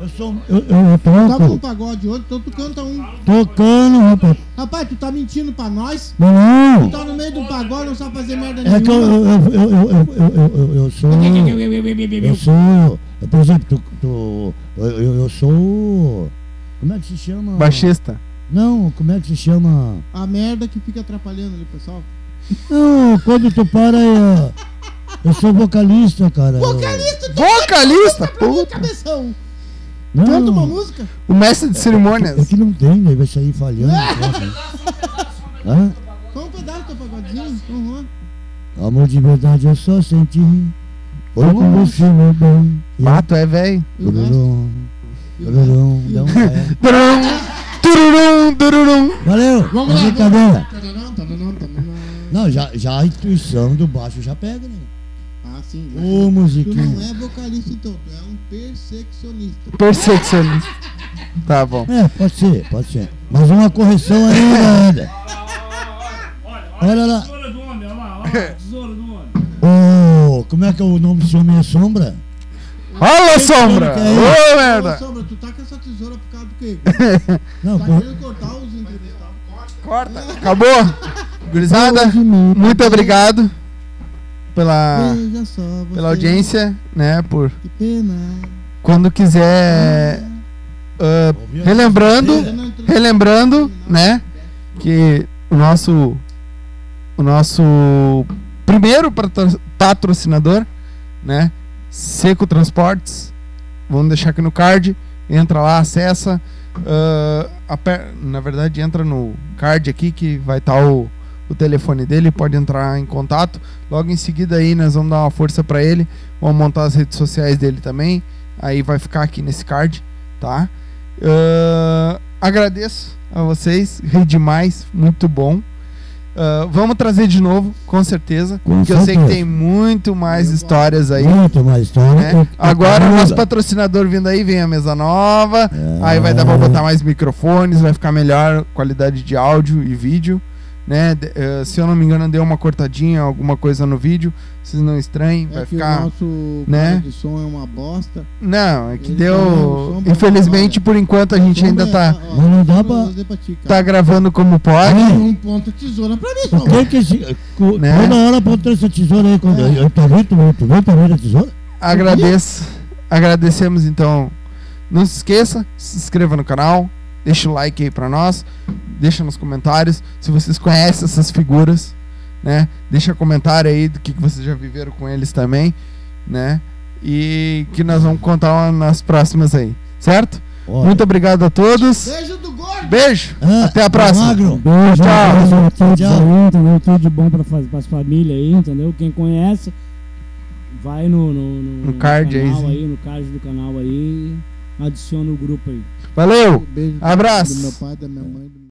Eu sou. Eu, eu, eu toco.
Tá com um pagode hoje, então tu canta um.
Tocando, rapaz.
Rapaz, tu tá mentindo pra nós?
Não,
Tu
não.
tá no meio do pagode, não sabe fazer merda
É que eu,
nenhuma.
eu, eu, eu, eu, eu, eu, eu, eu sou. Eu sou. eu, Por exemplo, tu, tu, eu, eu- eu sou. Como é que se chama?
Baixista.
Não, como é que se chama?
A merda que fica atrapalhando ali, pessoal.
Não, quando tu para. Eu, eu sou vocalista, cara. Eu-
Vocalista, tu
Vocalista!
Ô,
Puta!
cabeção!
Não,
Canta uma música.
O mestre de cerimônias.
É que não tem, daí vai sair falhando. né? Hã?
Só um pedaço do teu pagodinho. Uhum.
Amor de verdade eu só senti. Foi com você, meu bem.
Bato é velho.
Tururum, tururum, dá um pé.
Tururum, tururum, tururum.
Valeu!
Vamos lá,
Brincadeira.
Tananã, tananã, tananã.
Não, já, já a intuição do baixo já pega, né?
Ah, sim.
Ô,
Tu não
musiquinha.
é vocalista, então. Tu é um perseccionista.
Percepcionista. Tá bom.
É, pode ser, pode ser. Mas uma correção ainda, ainda. Olha lá.
Tesoura do homem, olha lá,
*laughs*
olha lá, tesoura do homem.
Ô, como é que é o nome desse homem é Sombra?
Olha a sombra! Ô,
Ô,
merda!
Sombra, tu tá com essa tesoura por causa do
*laughs*
quê?
Não,
Tá
cor...
querendo cortar os entrevistados.
Corta. Acabou? Gurizada, muito obrigado pela,
Veja só você,
Ah. pela audiência, né? Por
Que pena.
quando quiser. ah, relembrando,
É
relembrando, né? Que o nosso. O nosso primeiro patro- patrocinador, né? Seco Transportes. Vamos deixar aqui no card. Entra lá, acessa. ah, aper- na verdade, entra no card aqui que vai estar o, o telefone dele. Pode entrar em contato. Logo em seguida, aí nós vamos dar uma força para ele. Vamos montar as redes sociais dele também. Aí vai ficar aqui nesse card, tá? Ah, agradeço a vocês. Ri demais, muito bom. Ah, vamos trazer de novo, com certeza.
Com
porque eu sei que
certeza.
tem muito mais histórias aí.
Muito mais história.
Né? Agora o nosso
Manda.
patrocinador vindo aí, vem a mesa nova.
É.
Aí vai dar pra botar mais microfones, vai ficar melhor qualidade de áudio e vídeo. Né? De- eh, se eu não me engano, deu uma cortadinha, alguma coisa no vídeo. Vocês não estranhem,
É
vai
que
ficar.
o nosso
né?
plano de som é uma bosta.
Não, é que
Ele tá dando
deu.
sombra,
Infelizmente,
olha.
por enquanto, a gente ainda tá,
Mas não dá pra-
tá
pra...
gravando como pode.
Aí,
Um ponto tesoura pra mim,
tu
Sombra.
tem que se. co-
Né?
Toda hora apontar essa tesoura aí. Quando... Eu, eu tô vendo, tu vê- tu vê o tamanho da tesoura?
Agradeço. Agradecemos então. Não se esqueça, se inscreva no canal, deixa o like aí pra nós, deixa nos comentários se vocês conhecem essas figuras, né? Deixa comentário aí do que que vocês já viveram com eles também, né? E que nós vamos contar nas próximas aí, certo?
Olha.
Muito obrigado a todos.
Beijo do gordo.
Beijo.
Ah,
Até a próxima.
Magro.
Beijo,
Tchau.
abraço a todos
Tchau.
aí, entendeu? Tudo de bom pra, faz, pras famílias aí, entendeu? Quem conhece, vai no, no,
No card aí,
canal
sim.
aí, no card do canal aí, adiciona o grupo aí.
Valeu.
Beijo do-
Abraço.
Do meu pai, da minha mãe. do-